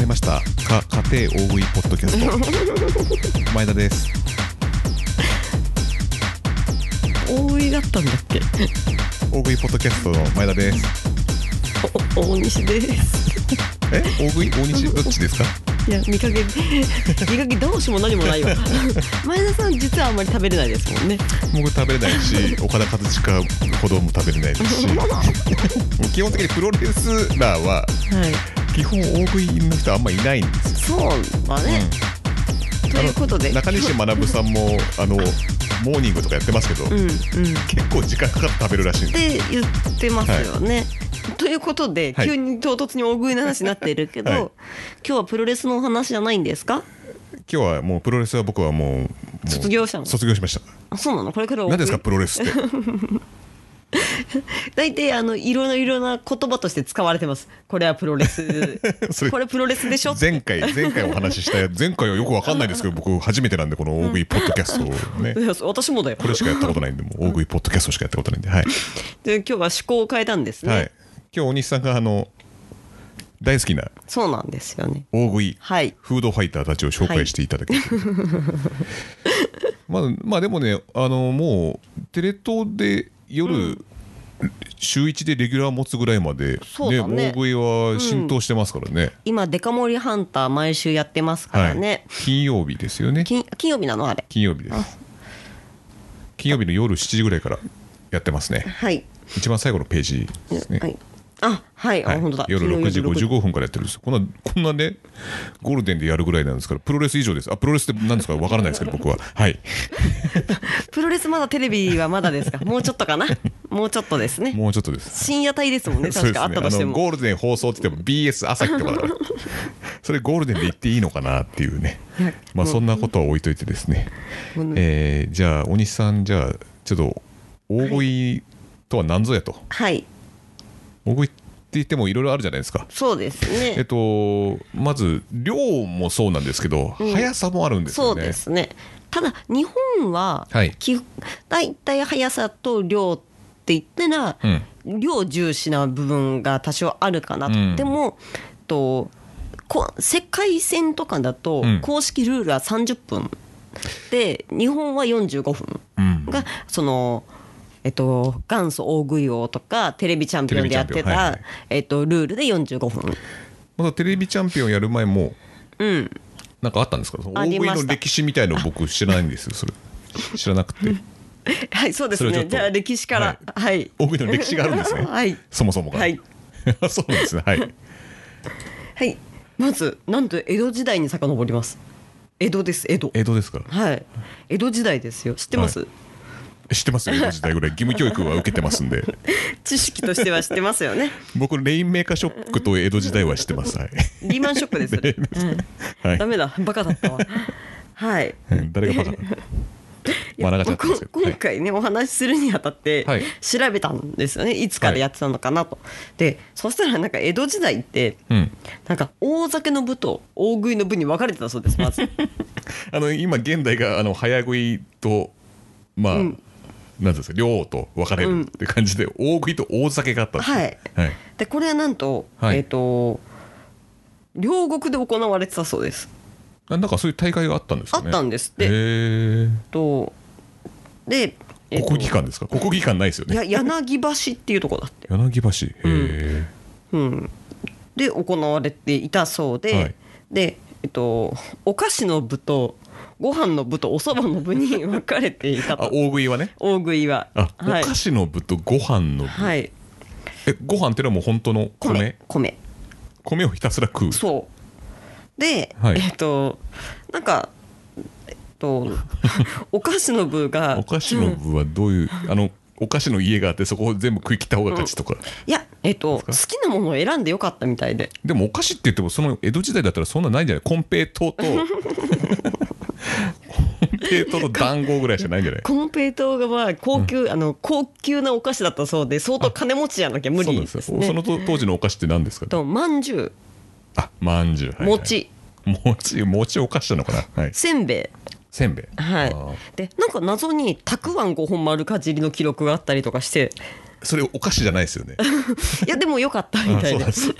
か家庭大食いポッドキャス ト前田です大食いだったんだっ大け食いポッドキャストの前田ですお大西ですえ大食い大西どっちですかいや見か け見かけどうしも何も ないわ前田さん実はあんまり食べれないですもんね僕食べれないし岡田和親ほども食べれないですしもう基本的にプロレスラーははい基本大食いの人あんまいないんですよ、そうだね、ということであの中西学さんもあのモーニングとかやってますけど、うんうんっ結構時間かかって食べるらしいんですて言ってますよね、ということで、はい急に唐突に大食いの話になってるけど、はい今日はプロレスのお話じゃないんですか今日はもうプロレスは僕はもうもう卒業したの卒業しましたあそうなのこれから大食何いですかプロレスって 大体あのいろいろな言葉として使われてますこれはプロレス それこれプロレスでしょ前回前回お話ししたや つ前回はよくわかんないですけど僕初めてなんでこの大食いポッドキャストをね いやそ 私もだよこれしかやったことないんでもう大食いポッドキャストしかやったことないんではい、で今日は趣向を変えたんですね、はい、今日大西さんがあの大好きなそうなんですよね大食いはいフードファイターたちを紹介していただきます、 まあまあでもねあのもうテレ東で夜、週1でレギュラー持つぐらいまで、そうだね大食いは浸透してますからね、今デカ盛りハンター毎週やってますからね、はい、金曜日ですよね金金曜日なのあれ金曜日です金曜日の夜7時ぐらいからやってますねはい、一番最後のページですね、はいあはい、はいあ本当だ夜昨日6時夜55分からやってるんですよこんなこんなねゴールデンでやるぐらいなんですからプロレス以上ですあプロレスって何ですかわからないですけど僕ははいプロレスまだテレビはま だですかもうちょっとかなもうちょっとですねもうちょっとです深夜帯ですもんねそう確ですかあったとしてあのも、ゴールデン放送って言っても BS 朝日とかだからそれゴールデンで言っていいのかなっていうねはいまあそんなことは置いといてですね、もうねえーじゃあ大西さんじゃあちょっと大食いとは何ぞやと、はい大食いって言ってもいろいろあるじゃないですかそうですねえっとまず量もそうなんですけど、うん速さもあるんですそようねですねただ日本は、はい基本大体速さと量って言ったら、うん量重視な部分が多少あるかなと、うんでもとこ世界戦とかだと、うん公式ルールは30分で日本は45分うんが、その。えっと、元祖大食い王とかテレビチャンピオンでやってテレビチャンピオンはいた、はいえっと、ルールで45分、まだテレビチャンピオンやる前もうん、なんかあったんですかその大あり食いましたの歴史みたいの僕知らないんですよそれ知らな くてはいそうですそれちょっねとじゃあ歴史からはい、大食いの歴史があるんですね、 はいそもそもが、はい そうなんですねはいはい、まずなんと江戸時代に遡ります。江戸です江戸。江戸ですかはい、江戸時代ですよ。知ってます、は知ってますよ江戸時代ぐらい義務教育は受けてますんで知識としては知ってます よね。僕レインメーカーショックと江戸時代は知ってますはい、リーマンショックです。それはいダメだ、バカだったわ。はい。うん誰がバカなの笑がっちゃってますけどこん今回ね、お話しするにあたってはい調べたんですよね。いつからやってたのかなと。で、そしたらなんか江戸時代って。うんなんか大酒の部と大食いの部に分かれてたそうです まずあの今現代があの早食いとまあ、なんていうんですか量と分かれるって感じで、大食いと大酒があったんですよはいはい、でこれはなんと、はいえっ、と両国で行われてたそうですあなんかそういう大会があったんですよねあったんですってへえとで、えっと国技館ですか国技館ないですよねや柳橋っていうとこだって、柳橋へえ、うん、で行われていたそうで、はいで、えっと、お菓子の部とご飯の部とおそばの部に 分かれていたあと大食いはね大食いはあ、はいお菓子の部とご飯の部、はい、えご飯っていうのはもう本当の米米米米をひたすら食うそうで、はいえっとなんか、えっ と、お菓子の部がお菓子の部はどういう、あのお菓子の家があってそこを全部食い切った方が勝ちとか、いや、えっと、好ですきなものを選んでよかったみたいででもお菓子って言ってもその江戸時代だったらそんなないんじゃないコンペイトーとコンペイトーと団子ぐらいしかないんじゃないコンペイトーがまあ高級、あの高級なお菓子だったそうで相当金持ちじゃなきゃ無そう理なんでですよすね。そのと当時のお菓子って何ですかとまんじゅうあまんじゅう、はいはい餅、餅餅お菓子なのかなはいせんべせんべいい、はあー い、でなんか謎にたくあん5本丸かじりの記録があったりとかしてそれお菓子じゃないですよねいやでも良かった みたいであそう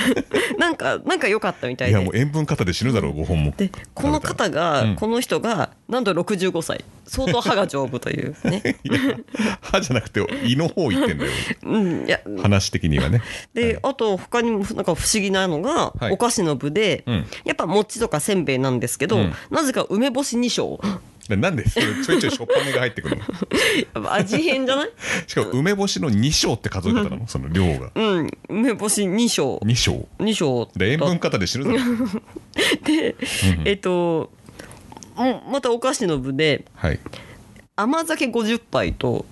なんかなんか良かったみたいいやでもう塩分肩で死ぬだろう5本もでこの方が、うんこの人がなんと65歳相当歯が丈夫という ね いや歯じゃなくて胃の方行ってん だようんいや話的にはねで、あと他にもなんか不思議なのが、はいお菓子の部で、うんやっぱ餅とかせんべいなんですけど、うんなぜか梅干し2升でなんでそれちょいちょいしょっぱめが入ってくるの味変じ ゃないしかも梅干しの2升って数え方なのその量がうん梅干し2升2升2升だで塩分肩で死ぬだろうで、えっともうまたお菓子の部ではい甘酒50杯と、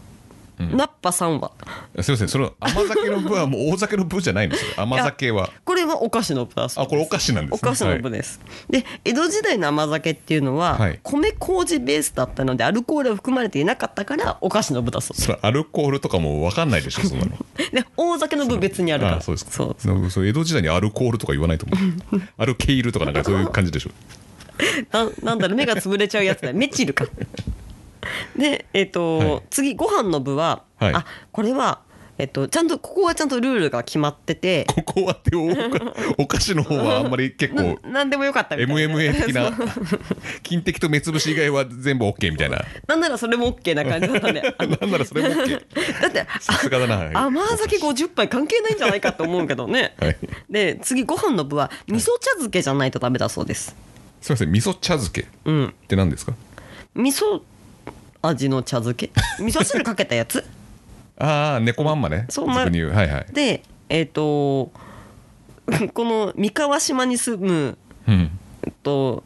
ナッパ3羽すいませんその甘酒の部はもう大酒の部じゃないんですよ甘酒はこれはお菓子の部だそうあこれお菓子なんです、ね、お菓子のは部いです、で江戸時代の甘酒っていうのは、はい米麹ベースだったのでアルコールは含まれていなかったからお菓子の部だそうですそれアルコールとかも分かんないでしょそんな ので大酒の部別にあるからあそうですかそうなんかそう江戸時代にアルコールとか言わないと思 うアルケールとかなんかそういう感じでしょななんだろう目が潰れちゃうやつ だメチルかでえっ、と、はい次ご飯の部は、はいあこれはえっと、ちゃんとここはちゃんとルールが決まっててここはってお お菓子の方はあんまり結構ななんでもよかったみたいな MMA 的そなう金敵と目つぶし以外は全部 OK みたい ななんならそれも OK な感じだったんでなんならそれも OK だってさすがだなあ甘酒50杯関係ないんじゃないかと思うけどね、 はいで次ご飯の部は味噌茶漬けじゃないとダメだそうですすいません味噌茶漬けっうんて何ですか味噌味の茶漬け 味噌汁かけたやつああ猫まんまねそうま俗に言うはいはいでえっ、と この三河島に住む、うんえっと、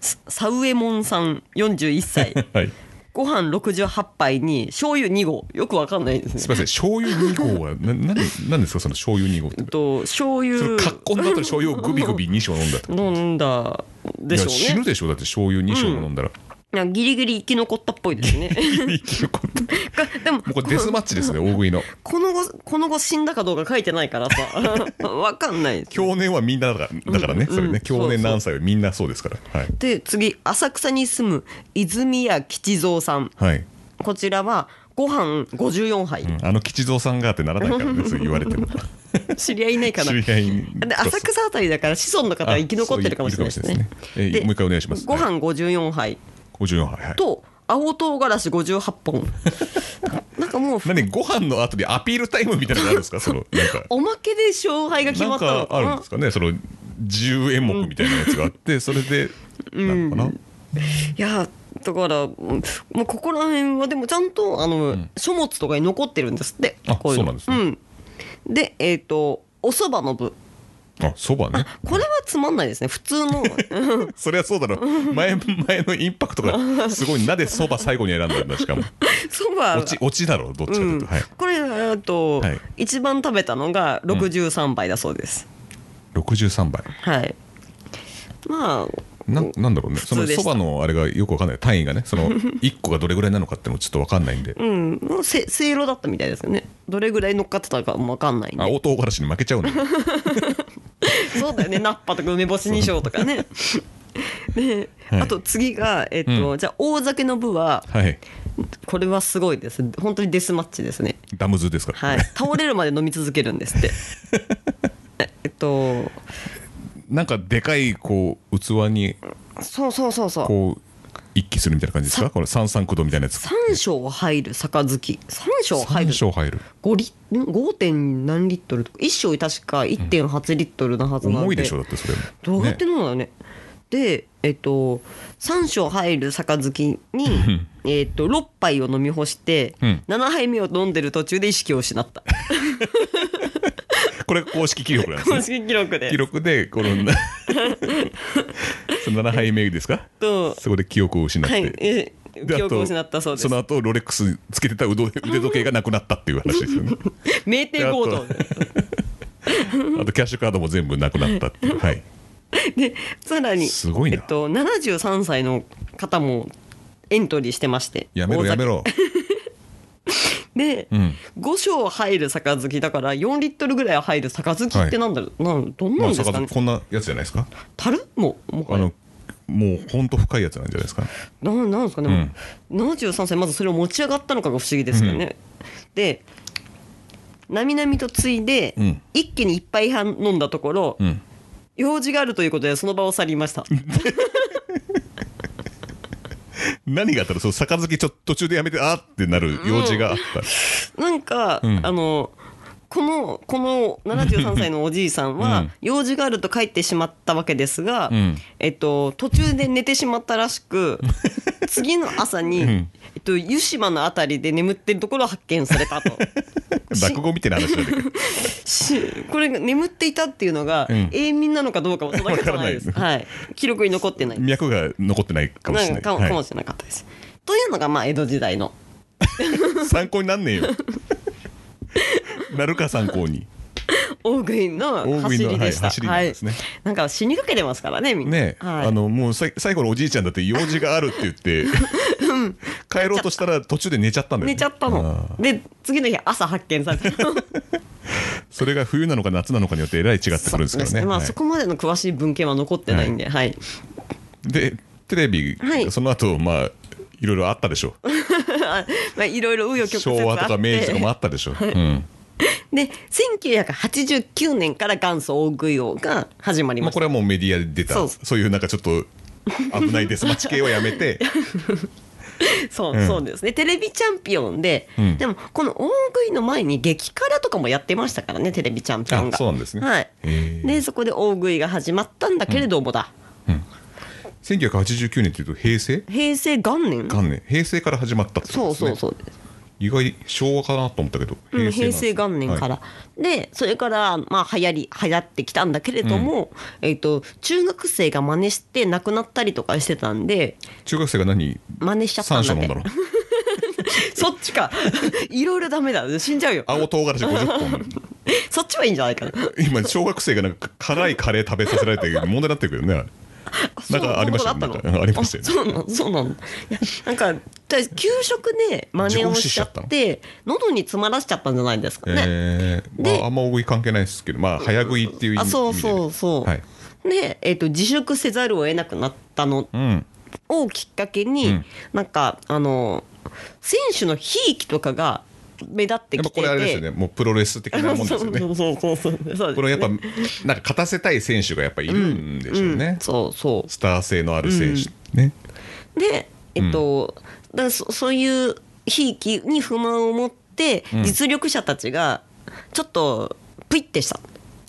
ササウエモンさん41歳 はいご飯68杯に醤油2合よくわかんないですねすみません醤油2号はなななんですかその醤油2号ってえっと醤それ油カッコんだと醤油をグビグビ2升飲んだと飲んだでしいや死ょうぬねでしょだって醤油2升も飲ん だら、なんかギリギリ生き残ったっぽいですね生き残ったもが でもうこれデスマッチですね大食いのこの後この後死んだかどうか書いてないから さわかんないです去年はみんなだからだからね、うんそれうねん去年何歳はみんなそうですからはいで次浅草に住む泉谷吉蔵さんはい、こちらはご飯54杯、うんあの吉蔵さんがってならないからねそう言われ ても知り合いいないかな知り合いにで浅草あたりだから子孫の方は生き残ってるかもしれないですねあそういいるかもしれないですねえーもう一回お願いしますご飯54杯54はいはいと青唐辛子58本 なんかもう何ご飯の後でアピールタイムみたいなのがあるんですかそのなん かおまけで勝敗が決まなっんたかのあかなるんですかねその10演目みたいなやつがあって、それでなのかな、いやだからうんもうここら辺はでもちゃんとあの、書物とかに残ってるんですってあこいそのうなんですねうんでえっ、とおそばの部あそばね これはつまんないですね普通のそりゃそうだろ前前のインパクトがすごいなでそば最後に選んだんだしか もそば落ち落ちだろどっちかとういうんと、はいこれえっと、はい一番食べたのが63杯だそうです、 63倍はいまあななんだろうねその普通でしたそばのあれがよくわかんない単位がねその1個がど れぐらいなのかってのもちょっとわかんないんで、うんもうせせいろだったみたいですよねどれぐらい乗っかってたかも分かんないんあで大唐辛子に負けちゃうねそうだよねナッパとか梅干し2升と かねで、はいあと次がえっ、と、じゃあ大酒の部ははいこれはすごいです本当にデスマッチですねダムズですから、はい倒れるまで飲み続けるんです ってええっとなんかでかいこう器にそうそうそうそうこう一気するみたいな感じですかこれ三三九度みたいなやつ3升入る杯3升入る三升入る5リん5点何リットルとか1升確か1.8リットルなはずなんで、重いでしょだってそれもどうやってね飲むのよねでえっと3升入る杯にえっと6杯を飲み干して、うん7杯目を飲んでる途中で意識を失ったこれ公式記録なんです公ね式記録で記録でこの その7杯目ですかとそこで記憶を失っはいて、えであ記と憶を失ったそうですその後ロレックスつけてた腕時腕時計 がなくなったっていう話ですよね名で店あ強と盗あとキャッシュカードも全部なくなったっていうはいでさらにすごいなえっと、73歳の方もエントリーしてましてやめろ大や酒めろで、うん五5升入る杯だから4リットルぐらいは入る杯ってなんだろう、なんどんなまんあですか坂ね田こんなやつじゃないですか樽ももあはやのもうほんと深いやつなんじゃないですかななんですかね、73歳まずそれを持ち上がったのかが不思議ですよね、でなみなみとついで、うん一気に一杯半飲んだところ、うん用事があるということでその場を去りました何があったらその杯ちょっと途中でやめてあーってなる用事があった、なんか、んあのこのこの73 歳のおじいさんは、うん用事があると帰ってしまったわけですが、んえっと、途中で寝てしまったらし く次の朝に、んえっと、湯島のあたりで眠ってるところを発見さ れたと。落語みたいな話だけどしこれが眠っていたっていうのが、うん永眠なのかどうかも定かじゃないです。わかはい、記録に残ってない。脈が残ってないかもしれないんかかもかもしれなかったです。というのがまあ江戸時代のはい、参考になんねえよなるか参考 に大食いの大食走いのりでした。はい走りなんですねはいなんか死にかけてますからねみんな。ねえ、はい、あのもうさい最後のおじいちゃんだって用事があるって言って 帰ろうとしたら途中で寝ちゃったんだよ、ね、寝ちゃったあのー。で次の日朝発見され た。それが冬なのか夏なのかによってえらい違ってくるんですからねまあはいそこまでの詳しい文献は残ってないんで、はい。でテレビ、はいその後まあいろいろあったでしょまあいろいろ紆余曲昭折あ和って。とか明治とかもあったでしょ、うんで1989年から元祖大食い王が始まりままあ、したこ。れはもうメディアで出たそそううそういうなんかちょっと危ないデスマッチ系をやめ てそう、うんそうですね。テレビチャンピオンで、うんでもこの大食いの前に激辛とかもやってましたからね、テレビチャンピオンが。あそうなんですねはい。へーで、そこで大食いが始まったんだけれどもだ。 1989年っていうと平成平成元年。元年平成から始まったってことそうです、ね、そうそうです。意外昭和かなと思ったけどうん、なん平です成ね元年から、はいでそれからまあ流行り流行ってきたんだけれども、えっ、と中学生が真似して亡くなったりとかしてたんで中学生が何真似しちゃった三んだ社っ飲んだてろ そっちかいろいろダメだ死んじゃうよ青唐辛子50本そっちはいいんじゃないかな今小学生がなんか辛いカレー食べさせられて 問題になってるけどねあれ なんかありましたよそうなのなんかうんありましたよねそうなのそうなのいやなんかだ給食で真似をしちゃって喉に詰まらしちゃったんじゃないですかね、えーでまあ、あんま大食い関係ないですけどまあ早食いっていう意味あそうそうそう、はいで、えっと自粛せざるを得なくなったのうんをきっかけに、うんなんかあの選手のひいきとかが目立ってやっきぱこててれあれですよねもうプロレス的なもんですよね そうそうそうそうそうですこれやっぱねなんか勝たせたい選手がやっぱいるんでしょうね、うんそうそうスター性のある選手、ねでえっと、だからそそういうひいきに不満を持って、ん実力者たちがちょっとプイってした、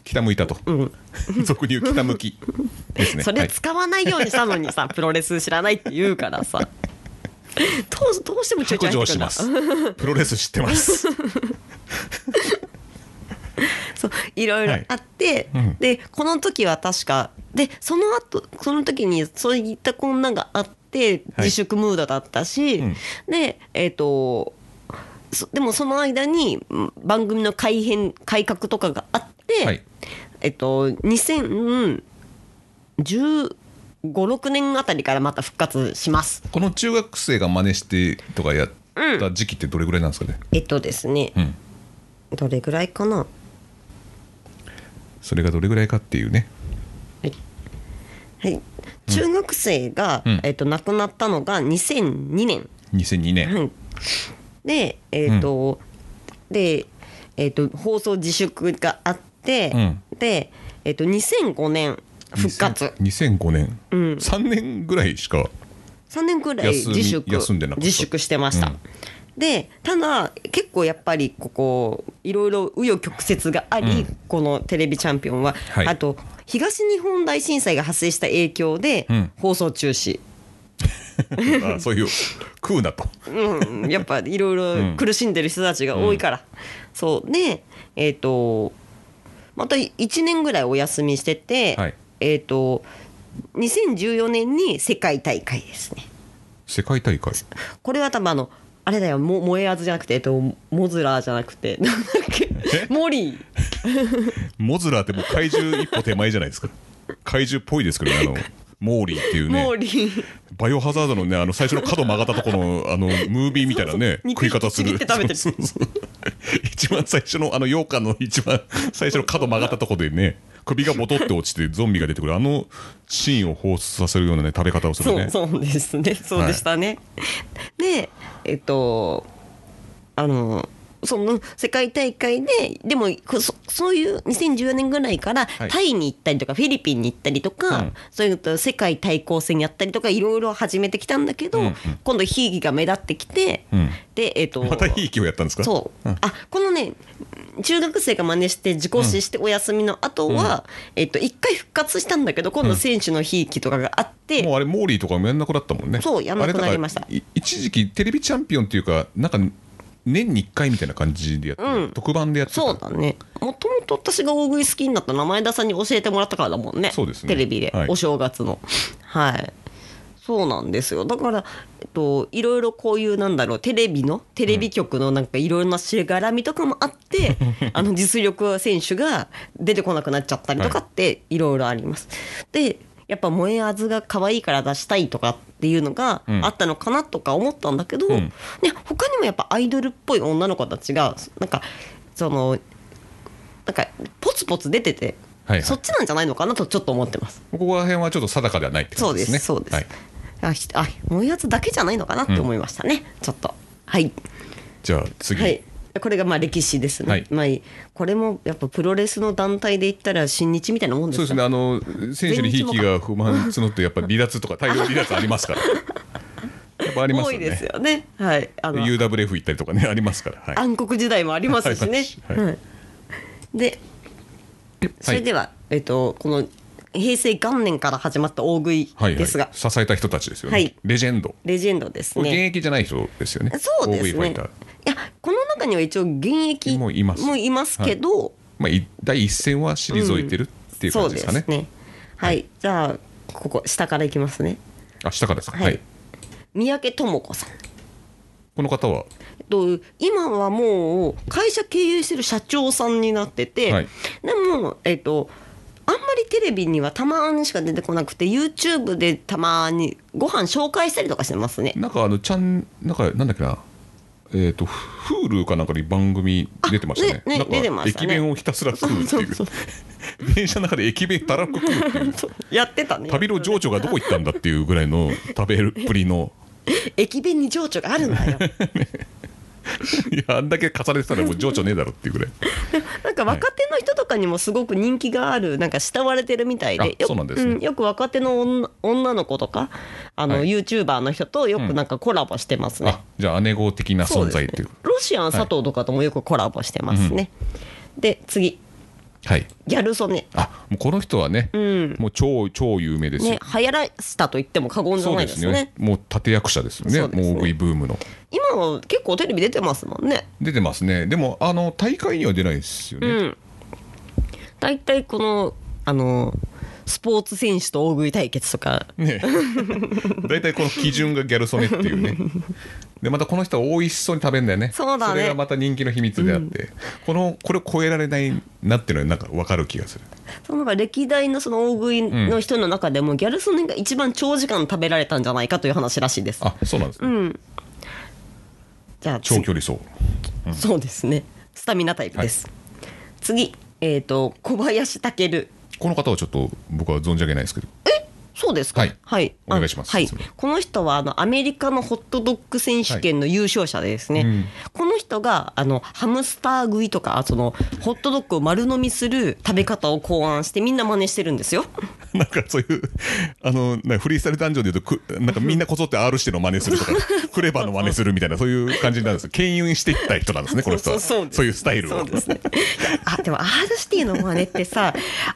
北向いたと、ん俗に言う北向きですね それはい使わないようにしたのにさ、プロレス知らないって言うからさどうどうしてもちょいちょ白い状入ってくしるんだます プロレス知ってますそういろいろあって、はいうんでこの時は確かでその後その時にそういったこんなんがあってはい自粛ムードだったし、うんでえっ、とそでもその間にうん番組の改編改革とかがあって、はいえっ、と2015、6年あたりからまた復活します。この中学生が真似してとかやった時期ってどれぐらいなんですかね、えっとですね、うん、どれぐらいかなそれがどれぐらいかっていうねはい、中学生が、うんえっと亡くなったのが2002年。 2002年、はいでえっ、と、でえっ、と放送自粛があって、うでえっ、と2005年復活2000 2005年、うん3年ぐらいし か3年くらい休み自粛休んでなかった自粛してましうた、んでただ結構やっぱりここいろいろ紆余曲折があり、うんこのテレビチャンピオンは、はいあと東日本大震災が発生した影響でうん放送中止、あそういう食うなとうん、やっぱいろいろ苦しんでる人たちが多いから、そうでえっ、とまた1年ぐらいお休みしてて、はいえっ、と2014年に世界大会ですね世界大会これは多分あのあれだよもモエアズじゃなくて、えっと、モズラーじゃなくてなんだっけえモリーモズラーってもう怪獣一歩手前じゃないですか怪獣っぽいですけどねあのモーリーっていうねモーリーバイオハザードのねあの最初の角曲がったところのあのムービーみたいなね肉食い方すちぎっるて食べてるそうそうそう一番最初のあの羊羹の一番最初の角曲がったところでね首がボトって落ちてゾンビが出てくるあのシーンを放出させるようなね食べ方をするそねうそうですねそうでしたね、でえっとあのその世界大会ででもこそそういう2014年ぐらいからはいタイに行ったりとかフィリピンに行ったりとか、うんそういうと世界対抗戦やったりとかいろいろ始めてきたんだけど、うんうん今度ひいきが目立ってきて、うんでえっ、とまたひいきをやったんですかそう、あこのね中学生が真似して自己死してお休みの後は、えっと一回復活したんだけど今度選手のひいきとかがあって、もうあれモーリーとかもやんなくなったもんねそうやんなくなりましたあれだからい一時期テレビチャンピオンっていうかなんか年に1回みたいな感じでやってる、うん特番でやってたそうだねもともと私が大食い好きになったのは前田さんに教えてもらったからだもんねそうですねテレビで、はいお正月のはいそうなんですよだから、えっと、いろいろこういうなんだろうテレビのテレビ局のなんかいろいろなしがらみとかも あって、あの実力選手が出てこなくなっちゃったりとかっていろいろあります。でやっぱ「萌えあずが可愛いから出したい」とかっていうのがうんあったのかなとか思ったんだけど、うんね、他にもやっぱアイドルっぽい女の子たちがなんかそのなんかポツポツ出てて、はいはいそっちなんじゃないのかなとちょっと思ってます。ここら辺はちょっと定かではないってそ感うじでですす、ねそうです。はい、あ、ひあ、もやつだけじゃないのかなって思いましたね。ちょっと、はい、じゃあ次、はい。これがまあ歴史ですね。はいまあこれもやっぱプロレスの団体で言ったら新日みたいなもんですそうかですねあの選手にひいきが不満募ってやっぱり離脱とか大量離脱ありますからやっぱあります多よいねですよね。はい。あの UWF 行ったりとかねありますから、はい、。暗黒時代もありますしねありますはいはいで、それでは、えっとこの平成元年から始まった大食いはいはいですが、支えた人たちですよね、はいレジェンドレジェンドですこれ現ね。役じゃない人ですよねそうで大食いすファね。イいターやこの中には一応現役もういますますけど。まあ、い第一線は退いてるっていう感じですかね。そうですねはい、じゃあここ下からいきますねあ、下からですか。はいはい。三宅智子さんこの方は、えっと今はもう会社経営してる社長さんになってて、はいでもえっとあんまりテレビにはたまにしか出てこなくて YouTube でたまにご飯紹介したりとかしてますねなんかあの、ちゃん、なんか、なんだっけな。えっ、と、フールかなんかに番組出てましたね。あねねなんか出てましたね駅弁をひたすら食うってそういう。そう電車の中で駅弁たらふく食うっていう。 やってたね旅の情緒がどこ行ったんだっていうぐらいの食べるっぷりの。駅弁に情緒があるんだ よいや、あんだけ重ねてたらもう情緒ねえだろっていうぐらい。なんか若手の人とかにもすごく人気があるなんか慕われてるみたいであそうなんですねんよく若手の女女の子とかあの、はい YouTuber の人とよくなんかコラボしてますねあ、じゃあ姉号的なそう存です在ねっていう。ロシアン佐藤とかともよくコラボしてますね、で次はい。ギャル曽根あ、もうこの人はね、んもう超、超有名ですよ。ね流行らしたと言っても過言じゃそうないでですすよねね。もう立役者ですよね。そうですねもう大食いブームの。今は結構テレビ出てますもんね出てますね。でも、あの、大会には出ないですよね。うん大体このあのスポーツ選手と大食い対決とかね 大体この基準がギャル曽根っていうね。で、またこの人は美味しそうに食べるんだよね。そうだねれがまた人気の秘密であって、この、これを超えられないなっていうのはなんかわかる気がする。そのなんか歴代のその大食いの人の中でもギャル曽根が一番長時間食べられたんじゃないかという話らしいです。あ、そうなんですね。じゃあ長次距離走。そうですねスタミナタイプです。次えっ、と小林健この方はちょっと僕は存じ上げないですけど。そうですかはいはい、お願いしますあはいすいませんこの人はあのアメリカのホットドッグ選手権の優勝者でですね、はいうんこの人があのハムスター食いとかそのホットドッグを丸飲みする食べ方を考案してみんな真似してるんですよ。 なんかそういう、あの、なんかフリースタイルダンジョンで言うとく、なんかみんなこぞって R しての真似する とか、クレバーの真似するみたいな、そういう感じなんです。牽引していった人なんですね、この人は。そうそうそうですいうスタイルを。そうですね。 あ、でもアールシティの真似ってさ、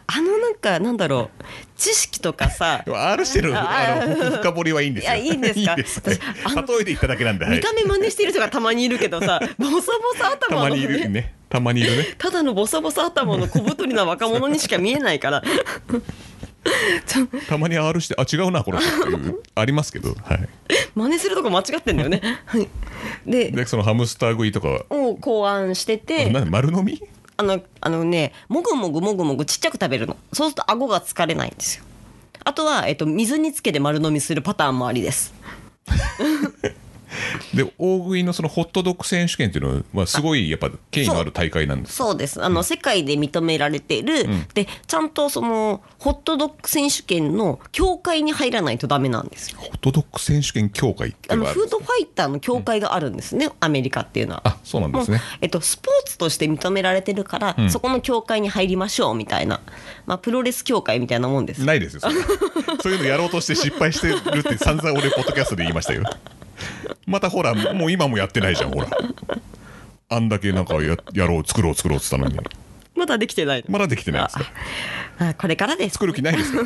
あのなんかなんだろう、知識とかさで、も R してるあの深掘り はいいんですよ。いやいいんですかね私あの例えていっただけなんで、はい見た目真似してる人がたまにいるけど さ、ボサボサた頭まのにいるね。ね。たまにいるね。ただのボサボサ頭の小太りな若者にしか見えないから、たまに R して、あ、違うな、この人っていう、ありますけど、はい。真似するとこ間違ってんだよね。はい。で、で、そのハムスター食いとかは、を考案してて、なんで丸飲みあの、あのね、もぐもぐもぐもぐちっちゃく食べるの。そうすると顎が疲れないんですよ。あとは、えっと、水につけて丸飲みするパターンもありです。で大食いのそのホットドッグ選手権っていうのはまあすごいやっぱ権威のある大会なんですそうですあの、世界で認められてる、でちゃんとそのホットドッグ選手権の協会に入らないとダメなんですよホットドッグ選手権協会ってあいうののがあフるードファイターの協会があるんですね、アメリカっていうのは。あそうなんですねもうえっと、スポーツとして認められてるから、そこの協会に入りましょうみたいな、まあ、プロレス協会みたいなもんです。ないですよ それそういうのやろうとして失敗してるって散々俺ポッドキャストで言いましたよまたほらもう今もやってないじゃんほらあんだけなんかややろう作ろう作ろうって言ったのにまだできてない、まだできてないんですかあこれからです。作る気ないです か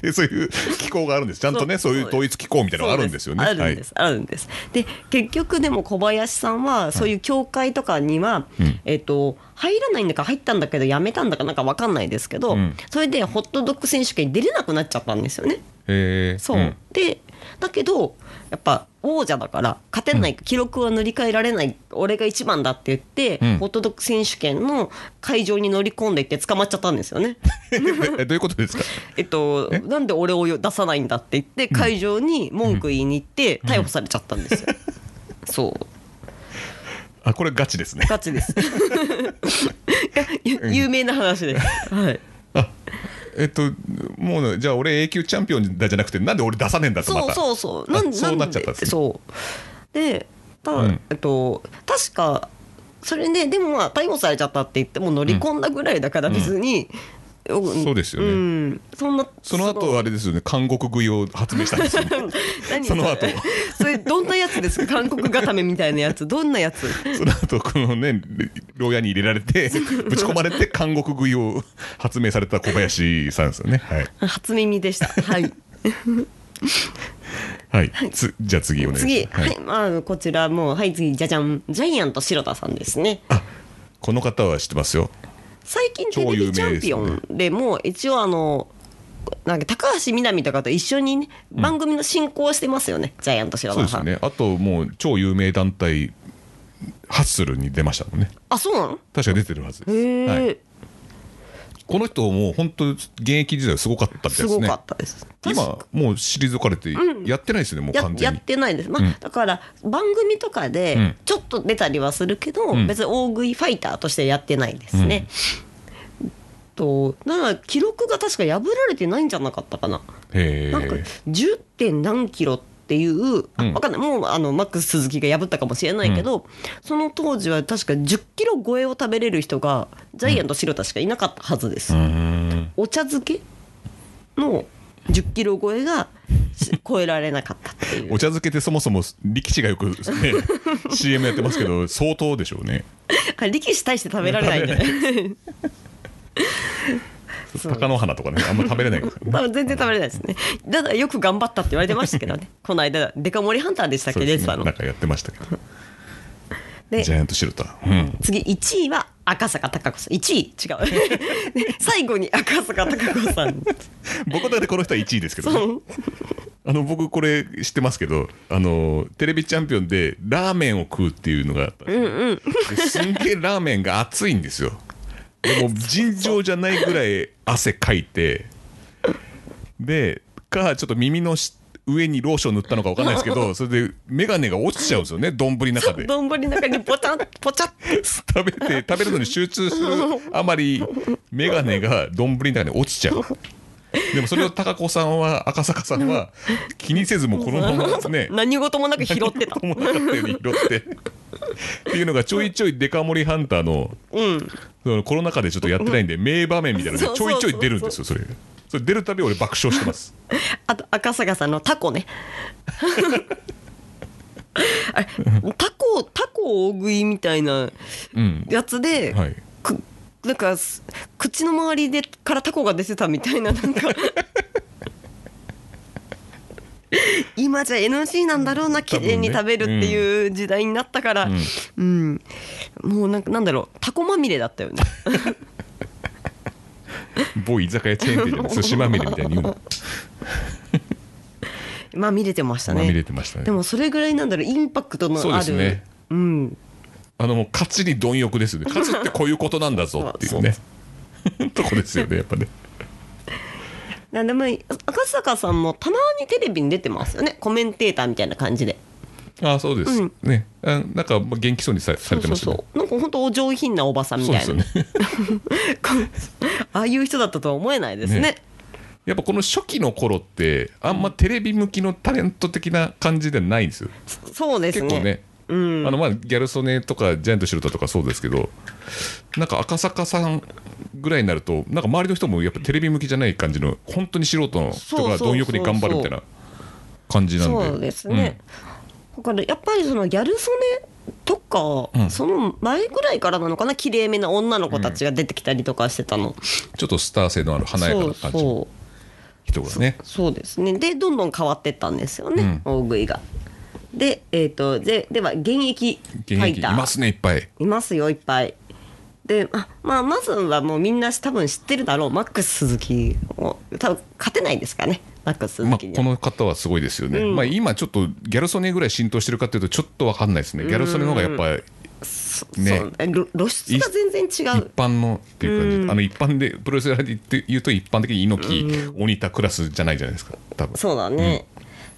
でそういう機構があるんですちゃんとねそそうういう統一機構みたいなのがあるんですよねそうあるんです、あるんです。で結局でも小林さんはそういう協会とかには、えっと入らないんだか入ったんだけどやめたんだかなんかわかんないですけど、んそれでホットドッグ選手権に出れなくなっちゃったんですよね。はい、へーそう、んでだけどやっぱ王者だから勝てない、記録は塗り替えられない俺が一番だって言って、うんホットドッグ選手権の会場に乗り込んでいって捕まっちゃったんですよね。え どういうことですかえっと、なんで俺を出さないんだって言って会場に文句言いに行って逮捕されちゃったんですよ。 そうあこれガチですねガ チですいや有名な話です、はい、あえっともうねじゃあ俺 A 級チャンピオンだじゃなくてなんで俺出さねえんだとまそうたそうそうあそうなっちゃったんですねそうでただ、うんえっと確かそれででもまあ逮捕されちゃったって言っても乗り込んだぐらいだから別に、よくそうですよねん、そんなその後あれですよね韓国食いを発明したんですよね何その後れそれどんなやつですか韓国固めみたいなやつどんなやつ その後このね牢屋に入れられてぶち込まれて韓国食いを発明された小林さんですよねはい、初耳 でしたはいはい、つじゃあ次お願いします次ははいい、まあこちらもうはい次じゃじゃんジャイアント白田さんですねあこの方は知ってますよ最近テレビチャンピオンでも一応あのなんか高橋みなみとかと一緒にね番組の進行をしてますよね、ジャイアント白そう田ですさよん、ねあともう超有名団体ハッスルに出ましたもんねあそうなの確か出てるはずですへえ、はい、この人もう本当現役時代すごかったみたいですすねごかったです今もう退かれてやってないですよね、もうや完や全っにてないです、まあうんだから番組とかうでんちょっと出たりはするけど、ん別に大食いファイターとしてやってないですね。となんか記録が確か破られてないんじゃなかったかな。へなんかえ 10. 点何キロっていう、あうんわかんないもうあのマックス鈴木が破ったかもしれないけど、その当時は確か10キロ超えを食べれる人がジャイアント白田しかいなかったはずです。うーんお茶漬けの10キロ超えがし超えられなかったっていうお。茶漬けってそもそも力士がよ く、ね、CM やってますけど相当でしょうねあ力士大して食べられないんでね そう貴乃花とかねあんま食べれない からね多分全然食べれないですねただよく頑張ったって言われてましたけ どねこの間デカ盛りハンターでしたっそうけで出すてねたなのんかやってましたけど でジャイアントシルター、うん、次1位は赤坂貴子さん1位 違うで最後に赤坂貴子さん 僕の中でこの人は1位ですけどね、そうあの僕これ知ってますけどあのテレビチャンピオンでラーメンを食うっていうのがあったんです,、ですんげえラーメンが熱いんですよでも尋常じゃないぐらい汗かいてでかちょっと耳のし上にローション塗ったのかわかんないですけどそれで眼鏡が落ちちゃうんですよね丼の中で丼の中にポチャンポチャって食べて食べるのに集中するあまり眼鏡が丼の中に落ちちゃうでもそれを高子さんは赤坂さんは気にせずもうこのままね 何事もなく拾って た友達より拾ってっていうのがちょいちょいデカ盛りハンターの,、そのコロナ禍でちょっとやってないんで名場面みたいなのがちょいちょい出るんですよそれそれ出るたび俺爆笑してますあと赤坂さんのタ コねあれタコタコ大食いみたいなうんやつで、はいくなんかす口の周りでからタコが出てたみたいなな んか今じゃ NG なんだろうな綺麗に食べるっていう時代になったから、うんもうなんかなんだろうタコまみれだっ たよね某居酒屋チェーン店じゃ ない寿司まみれみたいに言うのまみれてましたねまみれてましたねでもそれぐらいなんだろうインパクトのそうであるすねうんあのもう勝ちに貪欲ですよね勝つってこういうことなんだ ぞっていうね とこですよねやっぱねなんでも赤坂さんもたまにテレビに出てますよねコメンテーターみたいな感じでああそうです、うんねあなんかまあ元気そうにささそれうてそまうしたねそうなんか本当お上品なおばさんみそうたでいすな、よね ああいう人だったとは思えないですねねやっぱこの初期の頃ってあんまテレビ向きのタレント的な感じではないんですよそうです結ね構ねうんあのまあギャル曽根とかジャイアント白田とかそうですけどなんか赤坂さんぐらいになるとなんか周りの人もやっぱテレビ向きじゃない感じの本当に素人の人そうそうがそう貪欲に頑張るみたいな感じなんでそうですね、、だからやっぱりそのギャル曽根とか、うんその前ぐらいからなのかな綺麗めな女の子たちが出てきたりとかしてたの、うんちょっとスター性のある華やかそなう感じのそう人がねそうですねでどんどん変わってったんですよね、うん大食いが。で,、えー、とででは現役フ現ァ役イいターますねいっぱいいますよいっぱい。であまあ、まずはもうみんな多分知ってるだろうマックス鈴木を多分勝てないですかねマックスま鈴あ、木にこは、の方はすごいですよね、うんまあ、今ちょっとギャル曽根ぐらい浸透してるかっていうとちょっと分かんないですねギャル曽根の方がやっぱりそねそう露露出が全然違一う般のっていう感じ、うんあの一般でプロレスラーで言っていうと一般的に猪木、鬼田クラスじゃないじゃないですか多分そうだね、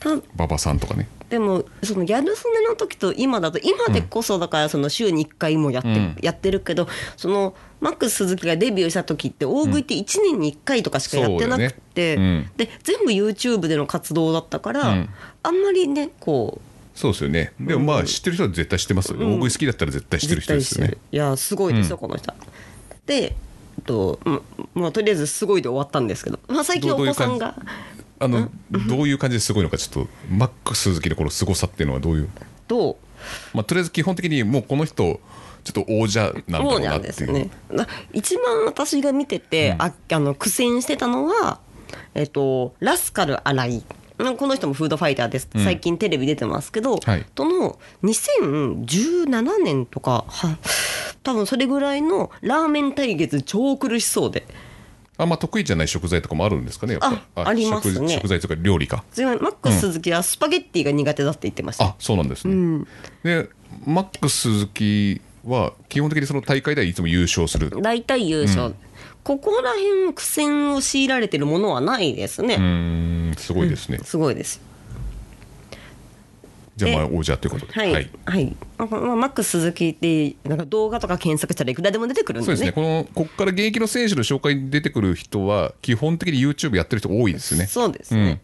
た馬場さんとかねでもそのギャル曽根の時と今だと今でこそだからその週に1回もやって,、うんやってるけどそのマックス鈴木がデビューした時って大食いって1年に1回とかしかやってなくて、そうだよねで全部 YouTube での活動だったから、うんあんまりねこそうですよねでもまあ知ってる人は絶対知ってますよ、大食い好きだったら絶対う知ってる人ですよねいやすごいですよ、うこの人は。でえっとままあ、とりあえずすごいで終わったんですけど、まあ、最近どおうどういう子さ感んじがあのどういう感じですごいのかちょっとマックス鈴木のこのすごさっていうのはどういう、どうまあ、とりあえず基本的にもうこの人ちょっと王者なんだろそううななっんてでいすうね。な一番私が見てて、ああの苦戦してたのは、えっと、ラスカル新井。なこの人もフードファイターです、ん最近テレビ出てますけど、はいとの2017年とかは多分それぐらいのラーメン対決超苦しそうであんま得意じゃない食材とかもあるんですかねやっぱああります食ね食材とか料理かそれマックス鈴木はスパゲッティが苦手だって言ってました、あそうなんですね、でマックス鈴木は基本的にその大会ではいつも優勝する大体優勝、ここら辺苦戦を強いられてるものはないですうね、ーんすごいですね、すごいですよじゃあまあで王者ということではい、はい、なんかまあマックス鈴木ってなんか動画とか検索したらいくらでも出てくるんそうでですすね。ねこのここから現役の選手の紹介に出てくる人は基本的に YouTube やってる人多いですねそうですね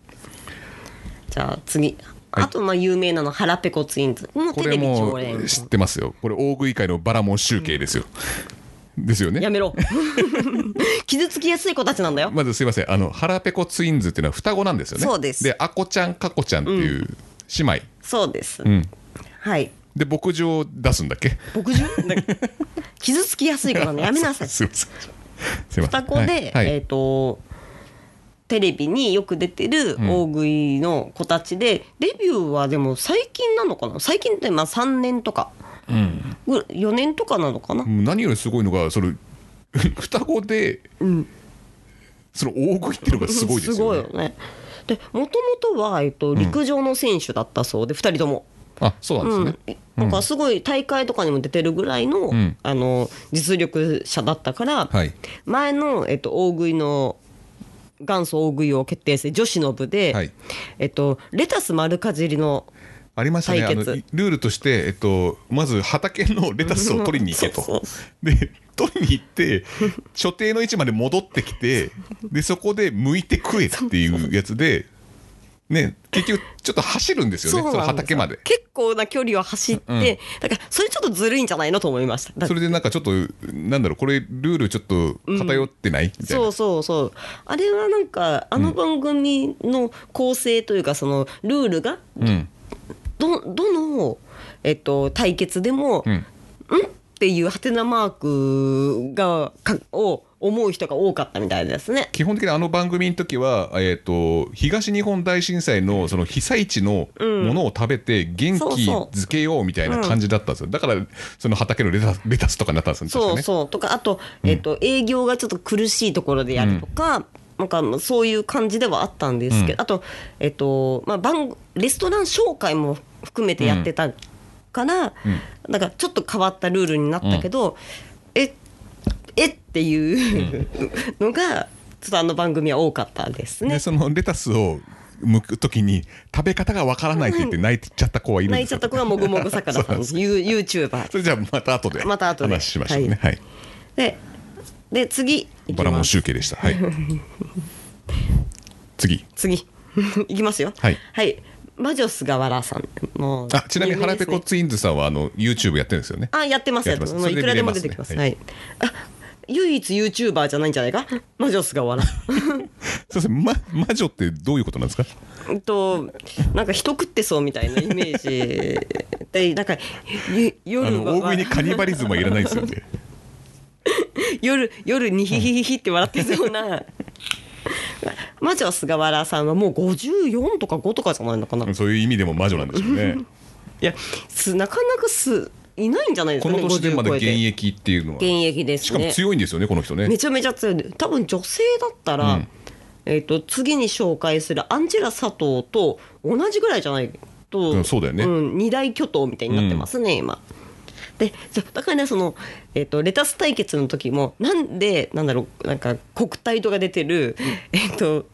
じゃあ次、はいあとまあ有名なの腹ペコツインズもうこテれレビも常連う知ってますよこれ大食い界のバラモン集計ですよ、ですよねや めろ傷つきやすい子たちなんだよ。まずすいませんあの腹ペコツインズっていうのは双子なんですよねそうですでアコちゃんカコちゃんっていう姉妹、そうです。んはい。で牧場を出すんだっけ牧場 なんか傷つきやすい子なのやめなさい。 すいませんすいません双子で、はいはいえっ、とテレビによく出てる大食いの子たちで、デビューはでも最近なのかな最近ってまあ3年とか、ぐ4年とかなのかな、もう何よりすごいのがその 双子で、その大食いっていうのがすごいですすごよいねよねでもともとは、えっと陸上の選手だったそうで、2人とも。あそうなんですね、うん、なんかすごい大会とかにも出てるぐらいの,、んあの実力者だったから、はい前の、えっと、大食いの元祖大食いを決定戦女子の部で、はいえっと、レタス丸かじりのありましたねあ対の決ルールとして、えっと、まず畑のレタスを取りに行けと。 そうで取りに行って所定の位置まで戻ってきてでそこで剥いて食えっていうやつで、ね、結局ちょっと走るんですよねそうなんそですのよ畑まで。結構な距離を走って、んだからそれちょっとずるいんじゃないのと思いましただそれでなんかちょっとなんだろうこれルールちょっと偏ってない、みたいなそうそうそうあれはなんかあの番組の構成というかそのルールがうんどどの、えっと、対決でも、うんっていうハテナマークがかを思う人が多かったみたいですね。基本的にあの番組の時は、えー、と東日本大震災のその被災地のものを食べて元そう気そうづけようみたいな感じだったんですよだからその畑のレタスレタスとかになったんですよね確そかうねそうとかあと,、えっと営業がちょっと苦しいところでやるとか、なんかそういう感じではあったんですけど、あと,、えっとまあ、番レストラン紹介も含めてやってたから、なんかちょっと変わったルールになったけど、ええっていうのがちょっとあの番組は多かったですねで。そのレタスを向く時に食べ方がわからないって言って泣いちゃった子はいるん泣でいすちゃよった子がもぐもぐ魚さんですユーユーチューバ ーそれじゃあまた後でまた後で話しましょうねはい、でで次いバきラモまンす集計でしたはい 次次 いきますよはいマジョスガワラさんもうあちなみに有名腹ですペねコツインズさんはあの YouTube やってるんですよねあやってますややっっててまますすもういくらでも出てきまそすれはでいあ唯一 YouTuber じゃないんじゃないか マジョスガワラすいません、ま、魔女ってどういうことなんですかうんとなんか人食ってそうみたいなイメージで なんかゆあ夜のは大食いにカニバリズムはいらないですよ ね夜夜にヒヒヒヒって笑ってそうな マジョスガワラさんはもう54とか5とかじゃないのかなそういう意味でも魔女なんでしょう ねいやすなかなかすいないんじゃないですこかねの年でまだ50超え現て役っていうのは現役ですねしかも強いんですよねこの人ねめちゃめちゃ強い多分女性だったら、うんえっと次に紹介するアンジェラ佐藤と同じぐらいじゃないと、うんそうだよねん二大巨頭みたいになってますね、今。でそうだからねその、えっとレタス対決の時もなんでなんだろうなんか国体とか出てる、えっと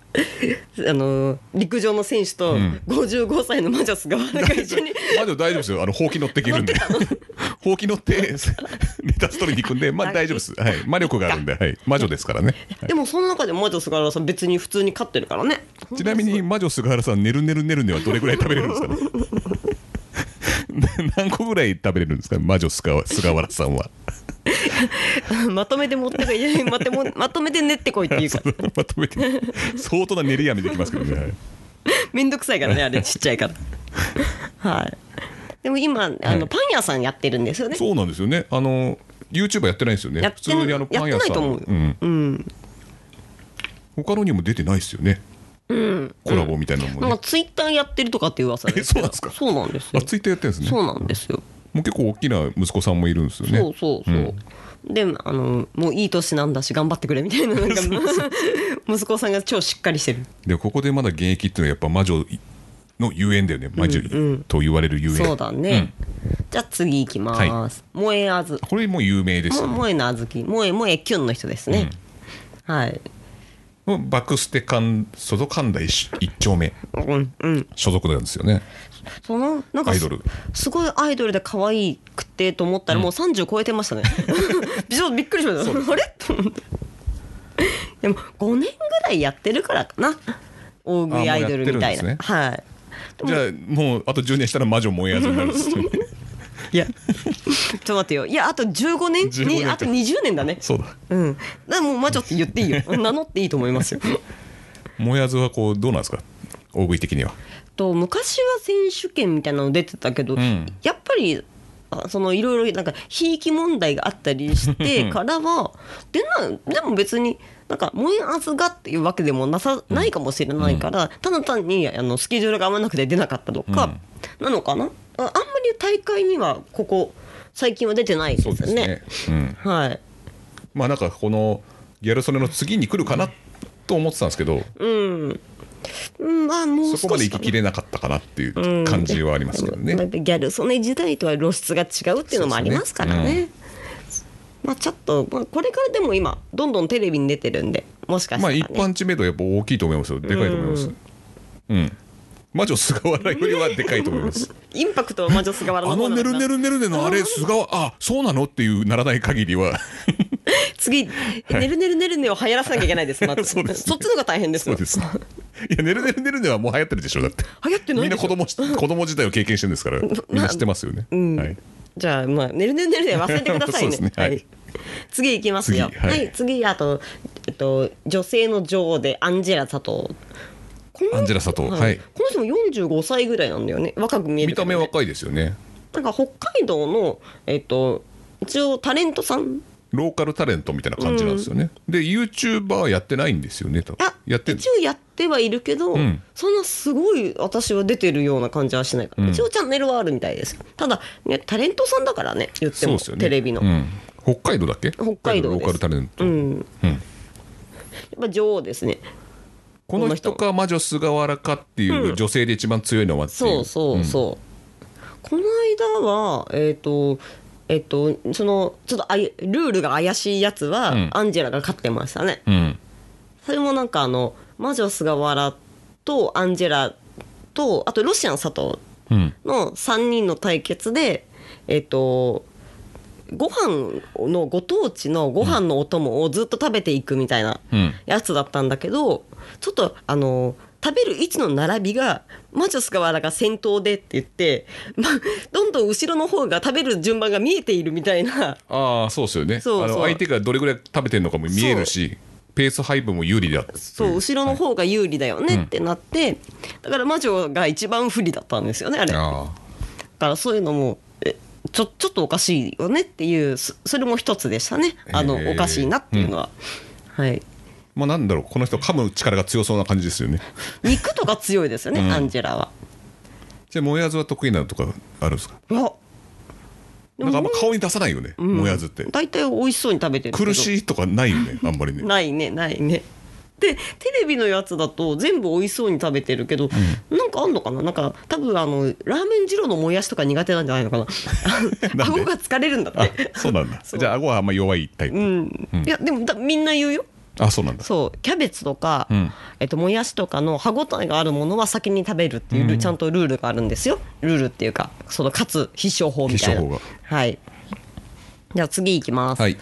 あの陸上の選手とん55歳のマジャスがなん か一緒に魔女大丈夫ですよあのほうき乗ってきるん でほうき乗って レタス取りに行くんでまあ大丈夫です、はい、魔力があるんで、はい、魔女ですからね、はいでもその中でも魔女菅原さん別に普通に勝ってるからねちなみに魔女菅原さん「ねるねるねるね」はどれぐらい食べれるんですかね 何個ぐらい食べれるんですか魔女菅原菅原さんは まとめて持ってこいいやま とめまとめて練ってこいっていうかまとめて相当な練り飴できますけどね、はいめんどくさ いからねあれちっちゃいからはいでも今あの、はいパン屋さんやってるんですよねそうなんですよねあの YouTube やってないんですよねやっ普て通にあのパン屋さんやってないと思うよん他のにも出てないですよね、コラボみたいなのもなんね、かツイッターやってるとかっていう噂えそうなんですかそうなんですよあツイッターやってるんですねそうなんですよ、もう結構大きな息子さんもいるんですよね。そうそうそう、であのもういい年なんだし頑張ってくれみたいななんか息子さんが超しっかりしてるでここでまだ現役っていうのはやっぱ魔女の遊園だよね魔女と言われる遊園、そうだね、じゃあ次いきます、萌えあずこれもう有名ですよもね、萌えのあずき萌え萌えキュンの人ですね、はいバクステ関外関大一丁目うんうん所属なんですよねそのなんかアイすドルすごいアイドルで可愛くてと思ったらもう30超えて ましたね、びちょっとびっくりしま したあれと思ってでも5年ぐらいやってるからかな大食いアイドルみたいあな、もうやってるんですねはいじゃあもうあと10年したら魔女燃えやずになるんですよ ねいやちょっと待ってよいやあと15年15に年かあと20年だねそうだうんだからもう魔女って言っていいよ 名乗っていいと思いますよ燃えやずはこうどうなんですか大食い的にはと昔は選手権みたいなの出てたけど、んやっぱりあそのいろいろなんかひいき問題があったりしてからは出ないでも別になんか燃えあずがっていうわけでもなさないかもしれないから、ただ単にあのスケジュールが合わなくて出なかったとかなのかな、ああんまり大会にはここ最近は出てないですよね。うん、はいまあなんかこのギャル曽根の次に来るかなと思ってたんですけど、うんまあもう少しそこまで行かきなきれなかったかなっていう感じはありますからね、なんかギャル曽根時代とは露出が違うっていうのもありますからそうね。ですまあちょっと、まあ、これからでも今どんどんテレビに出てるんでもしかしたまら、あね一般知名度はやっぱ大きいと思いますよでかいと思いますうん魔女菅原よりはでかいと思いますインパクトは魔女菅原あのの方ねるねるるねるねのあれ菅原あそうなのっていうならない限りは次、ねるねるねるねを流行らせなきゃいけないです,、ま ずそうですねそっちの方が大変ですそう よですいやねるねるねるねはもう流行ってるでしょだって流行ってなみいんなでし子ょ供し子供自体を経験してるんですからみんな知ってますよね、んはい、じゃあまあねるねるねるね忘れてください そうねですねはい次いきますよ次はい次あと、えっと、女性の女王でアンジェラ佐藤このアンジェラ佐藤はいはいこの人も45歳ぐらいなんだよね若く見える見けどたね目若いですよねなんか北海道の、えっと、一応タレントさんローカルタレントみたいな感じなんですよね、で YouTuber はやってないんですよね多分あやってんの一応やってはいるけど、んそんなすごい私は出てるような感じはしないから、一応チャンネルはあるみたいですただ、ね、タレントさんだからね言ってそうも、ですよねテレビの、うやっん北海道だっけ北海道ロですーカルタレント、ぱ女王ですねこの人か魔女菅原かっていう女性で一番強いのはっていう、そうそうそう、この間はえっ、とえっ、とそのちょっとあいルールが怪しいやつは、うんアンジェラが勝ってましたねうんそれもなんかあの魔女菅原とアンジェラとあとロシアン佐藤うんの3人の対決でえっ、とご飯のご当地のご飯のお供をずっと食べていくみたいなうんやつだったんだけどちょっとあの食べる位置の並びがマジョスカワラが先頭でって言って、ま、どんどん後ろの方が食べる順番が見えているみたいなああそうですよねそうそうあの相手がどれぐらい食べてるのかも見えるしペース配分も有利だっていそう後ろの方が有利だよねってなって、だから魔女が一番不利だったんですよねあれだあからそういうのもえちょちょっとおかしいよねっていうそそれも一つでしたねあのへーおかしいなっていうのは、はいあまあなんだろうこの人噛む力が強そうな感じですよね肉とか強いですよね、うんアンジェラはじゃあもやずは得意なのとかあるんですかいやなんかあんま顔に出さないよねもやずって大体美味しそうに食べてるけど苦しいとかないよ ねあんまりねないねないねでテレビのやつだと全部美味しそうに食べてるけど、なんかあんのかななんか多分あのラーメン二郎のもやしとか苦手なんじゃないのかなで顎が疲れるんだあってそうなんだ そうじゃあ顎はあんま弱いタイプ、うん、いやでもだみんな言うよあそうなんだそうキャベツとか、うんえっと、もやしとかの歯ごたえがあるものは先に食べるっていうル、ちゃんとルールがあるんですよルールっていうかそのかつ必勝法みたいな必勝法はいじゃあ次いきます、はい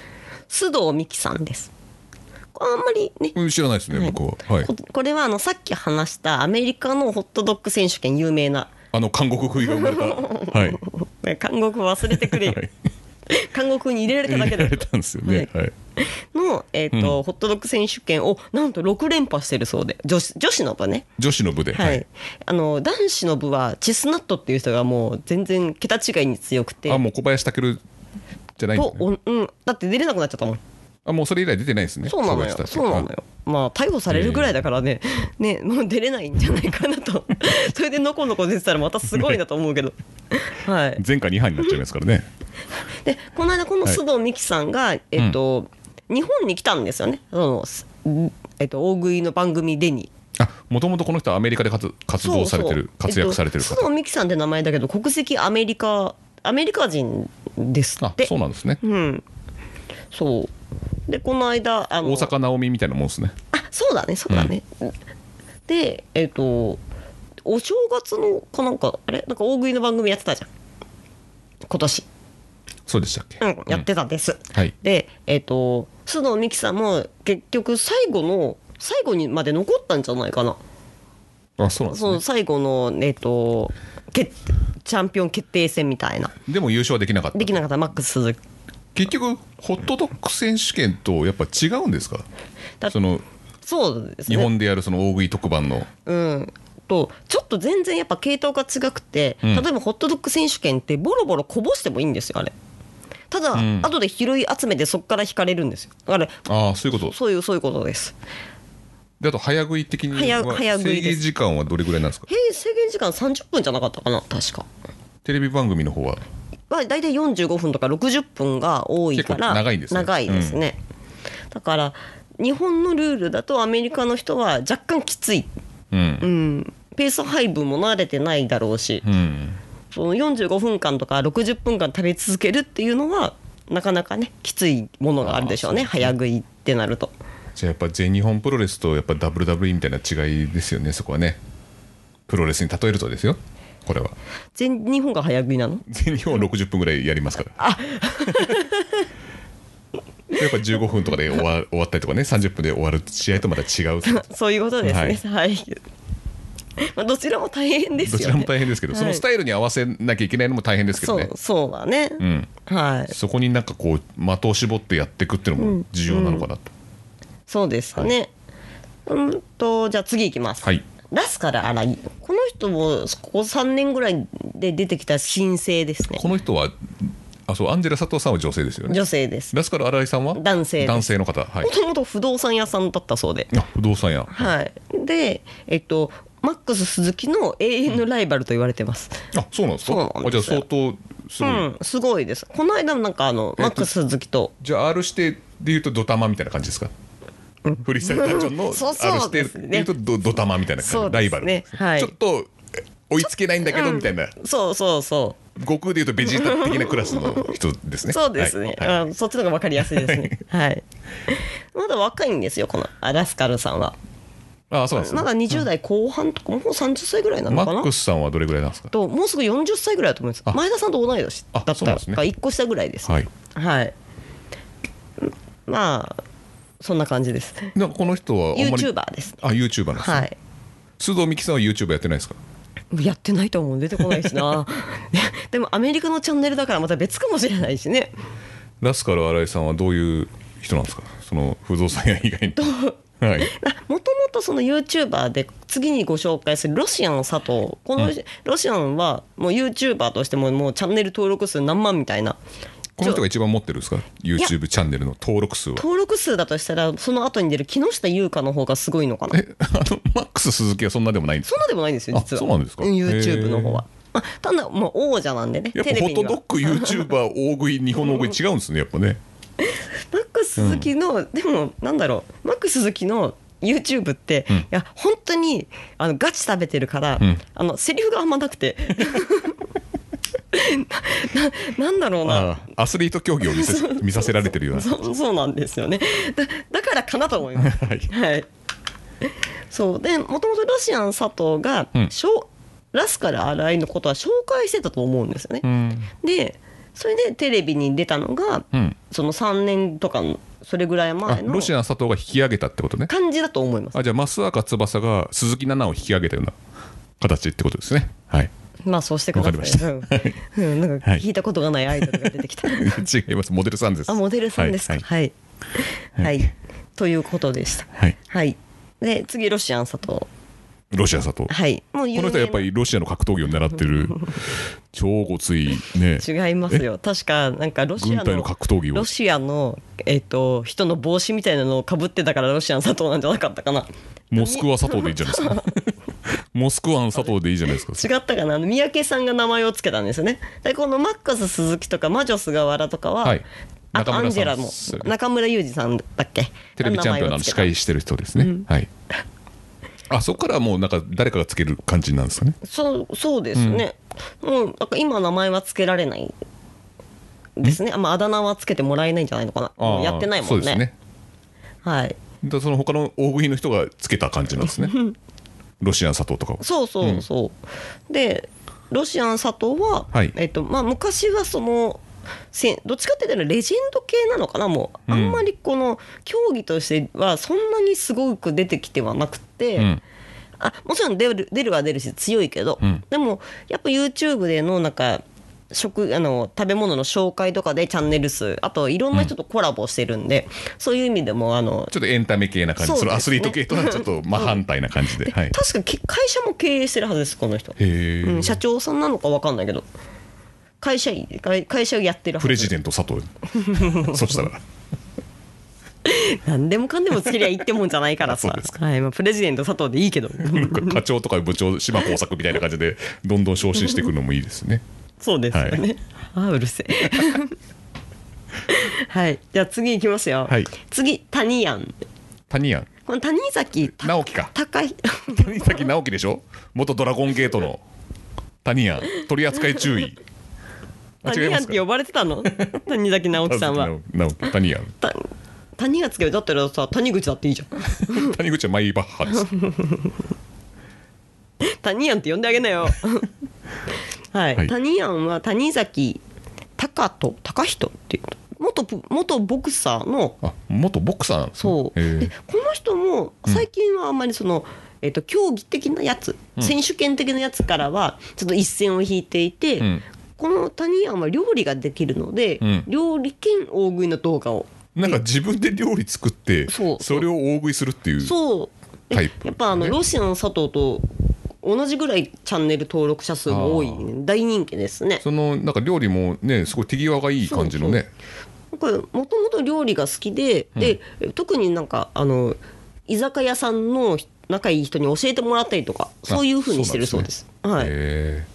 須藤美希さんですこれあんまりねうん知らないですね、はい僕ははいここれはあのさっき話したアメリカのホットドッグ選手権 有名なあの韓国食いが生 まれたはい韓国忘れてくれよ、はい韓国に入れられただ入けれらでれたんですよねはい、の、えーとホットドッグ選手権をなんと6連覇してるそうで女子女子の部ね、女子の部ではいはいあの男子の部はチェスナットっていう人がもう全然桁違いに強くてあもう小林武じゃないんとです、ね、おうん、だって出れなくなっちゃったもんあもうそれ以来出てないんですねそうなの小林よ武そうなのよまあ逮捕されるぐらいだからね、ねもう出れないんじゃないかな とそれでのこのこ出てたらまたすごいなと思うけどはい前回2班になっちゃいますからねでこの間この須藤美希さんが、えっと日本に来たんですよねその、すえっと、大食いの番組でに。あもともとこの人はアメリカで活活動されてるそうそう活躍されてるえっ方と、須藤美希さんって名前だけど国籍アメリカアメリカ人ですっあてそうなんですねうんそうでこの間あの大阪直美みたいなもんですねあそうだねそうだね、でえっ、とお正月のかなんかあれなんか大食いの番組やってたじゃん今年、そうでしたっけ、うん、やってたです、はいでえっ、と須藤美希さんも結局最後の最後にまで残ったんじゃないかな、あそうなんですそのね最後のえっ、と決チャンピオン決定戦みたいなでも優勝はできなかったできなかったマックス鈴木結局ホットドッグ選手権とやっぱ違うんですかだそのそうですね日本でやるその大食い特番のうん、とちょっと全然やっぱ系統が違くて、うん例えばホットドッグ選手権ってボロボロこぼしてもいいんですよあれただ、ん後で拾い集めてそこから引かれるんですよだからああそういうことそういうそういうことですであと早食い的に早は早食い制で限す時間はどれぐらいなんですかへえ制限時間30分じゃなかったかな確かテレビ番組の方はは大体45分とか60分が多いか結ら構長いんですね長いですねだから日本のルールだとアメリカの人は若干きつい、うんうん、ペース配分も慣れてないだろうし、うんその45分間とか60分間食べ続けるっていうのはなかなかねきついものがあるでしょうねあー早食いってなるとじゃあやっぱ全日本プロレスとやっぱ WWE みたいな違いですよねそこはねプロレスに例えるとですよこれは全日本が早食いなの全日本は60分ぐらいやりますからやっぱ15分とかで終わ終わったりとかね30分で終わる試合とまた違うそういうことですねはい、 まあ、どちらも大変ですどよねちらも大変ですけど、はいそのスタイルに合わせなきゃいけないのも大変ですけどねそうそうだね、んはいそこになんかこう的を絞ってやっていくっていうのも重要なのかなと、そうですね、うんとじゃあ次いきます、はいラスから荒井この人もここ3年ぐらいで出てきた新星ですねこの人はあそうアンジェラ佐藤さんは女性ですよね女性ですラスカル新井さんは男性です男性の方はいもともと不動産屋さんだったそうであ不動産屋はい、で、えっと、マックス鈴木の永遠のライバルと言われてます。あそうなんですかそうなんですよあじゃあ相当すうごい、ん、すごいです。この間もなんかあの、えっとマックス鈴木と。じゃあ R 指定でいうとドタマみたいな感じですか、フリースタイルダンジョンのそう R そう指定ですねでいうとドドタマみたいなそ感うじ、ですねライバル、はいちょっとえ追いつけないんだけどみたいな、そうそうそ悟空でいうとベジータ的なクラスの人ですう。ねそうですね。はいはいうん、そっちの方がわかりやすいですね。はい。まだ若いんですよ、このアラスカルさんは。あそうなんですねまだ20代後半とかもう30歳ぐらいなのマかなックスさんはどれぐらいなんですかともうすぐ40歳ぐらいだと思いますあ前田さんと同い年だあったそうなんですねか1個下ぐらいですはいはいまあそんな感じですなんかこの人はあんまり YouTuber ですあ YouTuber なんですね、はい須藤美希さんは YouTuber やってないですかやってないと思う出てこないし なでもアメリカのチャンネルだからまた別かもしれないしねラスカル新井さんはどういう人なんですかその不動産屋以外にはいもともとその YouTuber で次にご紹介するロシアン佐藤このロシアンはもう YouTuber としてももうチャンネル登録数何万みたいなこの人が一番持ってるんですか YouTube チャンネルの登録数は登録数だとしたらその後に出る木下優香の方がすごいのかなえあのマックス鈴木はそんなでもないんですそんなでもないんですよあ実はそうなんですか YouTube の方へは、まあ、ただもう王者なんでねやっぱテレホビッにトはドッグ YouTuber 大食い日本の大食い違うんですねやっぱねマックス鈴木の、でもなんだろうマックス鈴木の YouTube って、んいや本当にあのガチ食べてるから、うんあのセリフがあんまなく てなななんだろうなああアスリート競技を見せ見させられてるようなそそうなんですよねだだからかなと思いますはいはいそうでもともとロシアン佐藤が、うんしょうラスカル新井のことは紹介してたと思うんですよね、うんでそれでテレビに出たのが、うんその3年とかのそれぐらいあ前のロシアの佐藤が引き上げたってことね感じだと思いますあじゃあ増赤翼が鈴木奈々を引き上げたような形ってことですね はいまあそうしてくださいわかりましたうんうんなんかはい聞いたことがないアイドルが出てきた違いますモデルさんです あモデルさんですかはい、はいはい、ということでしたはいはいで次ロシアン佐藤ロシア佐藤こはいもう有名の人はやっぱりロシアの格闘技を習ってる超ごついねな違いますよ確かなんかロシアの軍隊の格闘技をロシアのえっ、と人の帽子みたいなのをかぶってたからロシアン佐藤なんじゃなかったかなモスクワ佐藤でいいじゃないです かモスクワの佐藤でいいじゃないですか違ったかなあの三宅さんが名前をつけたんですよねでこのマックス鈴木とか魔女菅原とかは、はいあと中村さんアンジェラもそうです中村裕二さんだっけテレビチャンピオンのあ名前をのつけ司た会してる人ですね、はいあそこからはもうなんか誰かがつける感じなんですかねそうそうですね、もうなんか今名前はつけられないですねあまああだ名はつけてもらえないんじゃないのかなあもーうやってないもんねそうですねはいだからその他の大食いの人がつけた感じなんですねロシアン佐藤とかをそうそうそう、でロシアン佐藤は、はいえっとまあ、昔はそのせんどっちかっていうとレジェンド系なのかなもう、うんあんまりこの競技としてはそんなにすごく出てきてはなくて、うんあもちろん出る出るは出るし強いけど、うんでもやっぱ YouTube でのなんか食あの食べ物の紹介とかでチャンネル数あといろんな人とコラボしてるんで、そういう意味でもあのちょっとエンタメ系な感じそうそ,、ですねのアスリート系とはちょっと真反対な感じで、はい、へ確かけ会社も経営してるはずですこの人。え、うん、社長さんなのか分かんないけど会社員会会社をやってるはずプレジデント佐 藤そしたら何でもかんでもつけりゃいいってもんじゃな いからさそうですはいまあ、プレジデント佐藤でいいけどなんか課長とか部長島耕作みたいな感じでどんどん昇進していくのもいいですねそうですよね、ああうるせえ はいじゃあ次いきますよ、はい次谷やん谷庵この谷崎た直樹か高い谷 崎直樹でしょ元ドラゴンゲートの谷庵取り扱い注 意あ違い谷まやんすっかて呼ばれてたの谷崎直樹さんは直樹谷庵た谷がつけるだったらさ谷口だっていいじゃん 谷口はマイバッハです谷やんって呼んであげ なよはい、はい谷やんは谷崎高人高人っていう元プ元ボクサーのあ元ボクサーなんですねそう、へでえこの人も最近はあんまりその、えっと競技的なやつ、選手権的なやつからはちょっと一線を引いていて、うんこの谷庵は料理ができるので、ん料理兼大食いの動画をなんか自分で料理作ってそうそれを大食いするっていうそうタでイプやっぱあのねロシアの佐藤と同じぐらいチャンネル登録者数も多いあ大人気ですねそのなんか料理もねすごい手際がいい感じのねこれもともと料理が好きで,、で特になんかあの居酒屋さんの仲いい人に教えてもらったりとかそういうふうにしてるそうですはい、へえ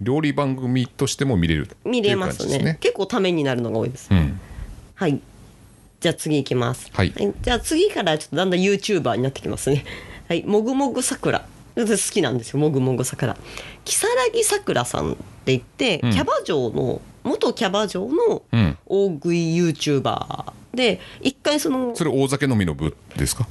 料理番組としても見れるっていう感じ見れますねです結構ためになるのが多いです、うんはいじゃあ次いきます、はいじゃあ次からちょっとだんだん YouTuber になってきますねはいもぐもぐさくら好きなんですよもぐもぐさくら如月さくらさんって言って、んキャバ嬢の元キャバ嬢のうん大食い YouTuber で一回そのそれ大酒飲みの部ですか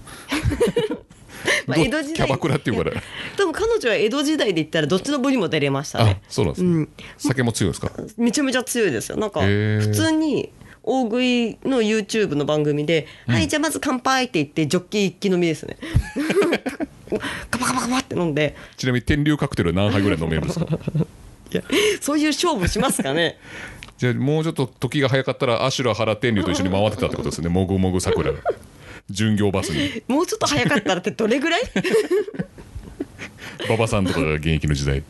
まあど江戸時代キャバクラっていう からでも彼女は江戸時代で言ったらどっちの部にも出れましたあねそうなんです、うん酒も強いんですかめちゃめちゃ強いですよなんかへー普通に大食いの YouTube の番組で「はいじゃあまず乾杯」って言ってジョッキー一気飲みです ねカバカバカバって飲んでちなみに天竜カクテルは何杯ぐらい飲めるん ですかいやそういう勝負します かねじゃあもうちょっと時が早かったら阿修羅原天竜と一緒に回ってたってことですねもぐもぐ 桜巡業バスにもうちょっと早かったらってどれぐらい 馬場さんとかが現役の時代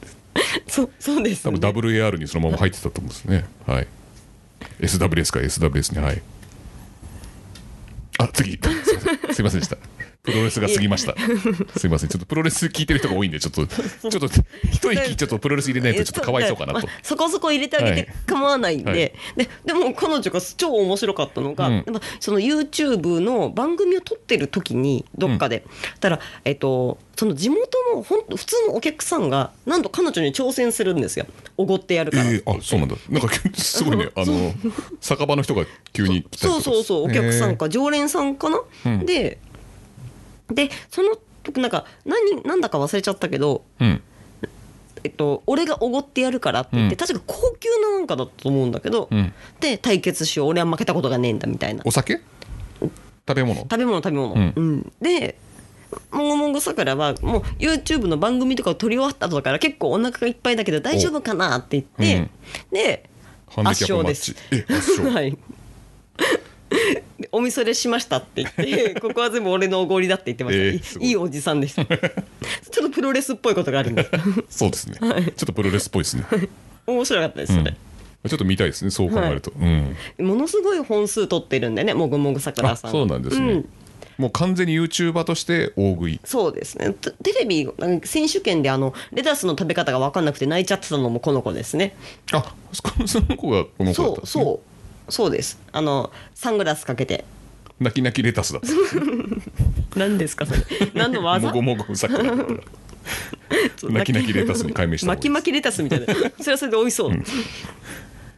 そうそうです多分ね WAR にそのまま入ってたと思うんですねはい SWS か SWS ねはいあ次 すいませんすいませんでしたプロレスが過ぎましたすいませんちょっとプロレス聞いてる人が多いんでちょっ とちょっと一息ちょっとプロレス入れないとちょっとかわいそうかなまとあそこそこ入れてあげて構わないんはで、いででも彼女が超面白かったのが、うんでもその YouTube の番組を撮ってる時にどっかで、たら、えっと、その地元のほん普通のお客さんがなんと彼女に挑戦するんですよおごってや るえから。ーあそうなんだなんかすごい ねあの酒場の人が急に来たりそとかうそうそうお客さんか常連さんかな、うんででその時なんか何なんだか忘れちゃったけど、えーうんえっと、俺がおごってやるからって言って、うん確か高級ななんかだったと思うんだけど、うんで対決しよう俺は負けたことがねえんだみたいなお酒食べ 物食べ物食べ物、うんうんでもぐもぐさくらはもう YouTube の番組とかを撮り終わった後だから結構お腹がいっぱいだけど大丈夫かなって言って、でハンディキャップマッチえ圧勝 はい。でおみそれしましたって 言ってここは全部俺のおごりだって言ってました、えーすごいいいおじさんでしたちょっとプロレスっぽいことがある んですそうですねちょっとプロレスっぽいですね面白かったですそれ、ちょっと見たいですねそう考えるとうんものすごい本数取ってるんでねもぐもぐさくらあさんそうなんですうねんもう完全に YouTuber として大食いそうですねテテレビなんか選手権であのレタスの食べ方が分かんなくて泣いちゃってたのもこの子ですねあそこその子がこの子だったんそうですねそうそうですあのサングラスかけて泣き泣きレタスだった何ですかそれ 何の技もごもご桜だったから そう泣き泣きレタスに改名した方がいい巻き巻きレタス みたいなそれはそれで美味しそう、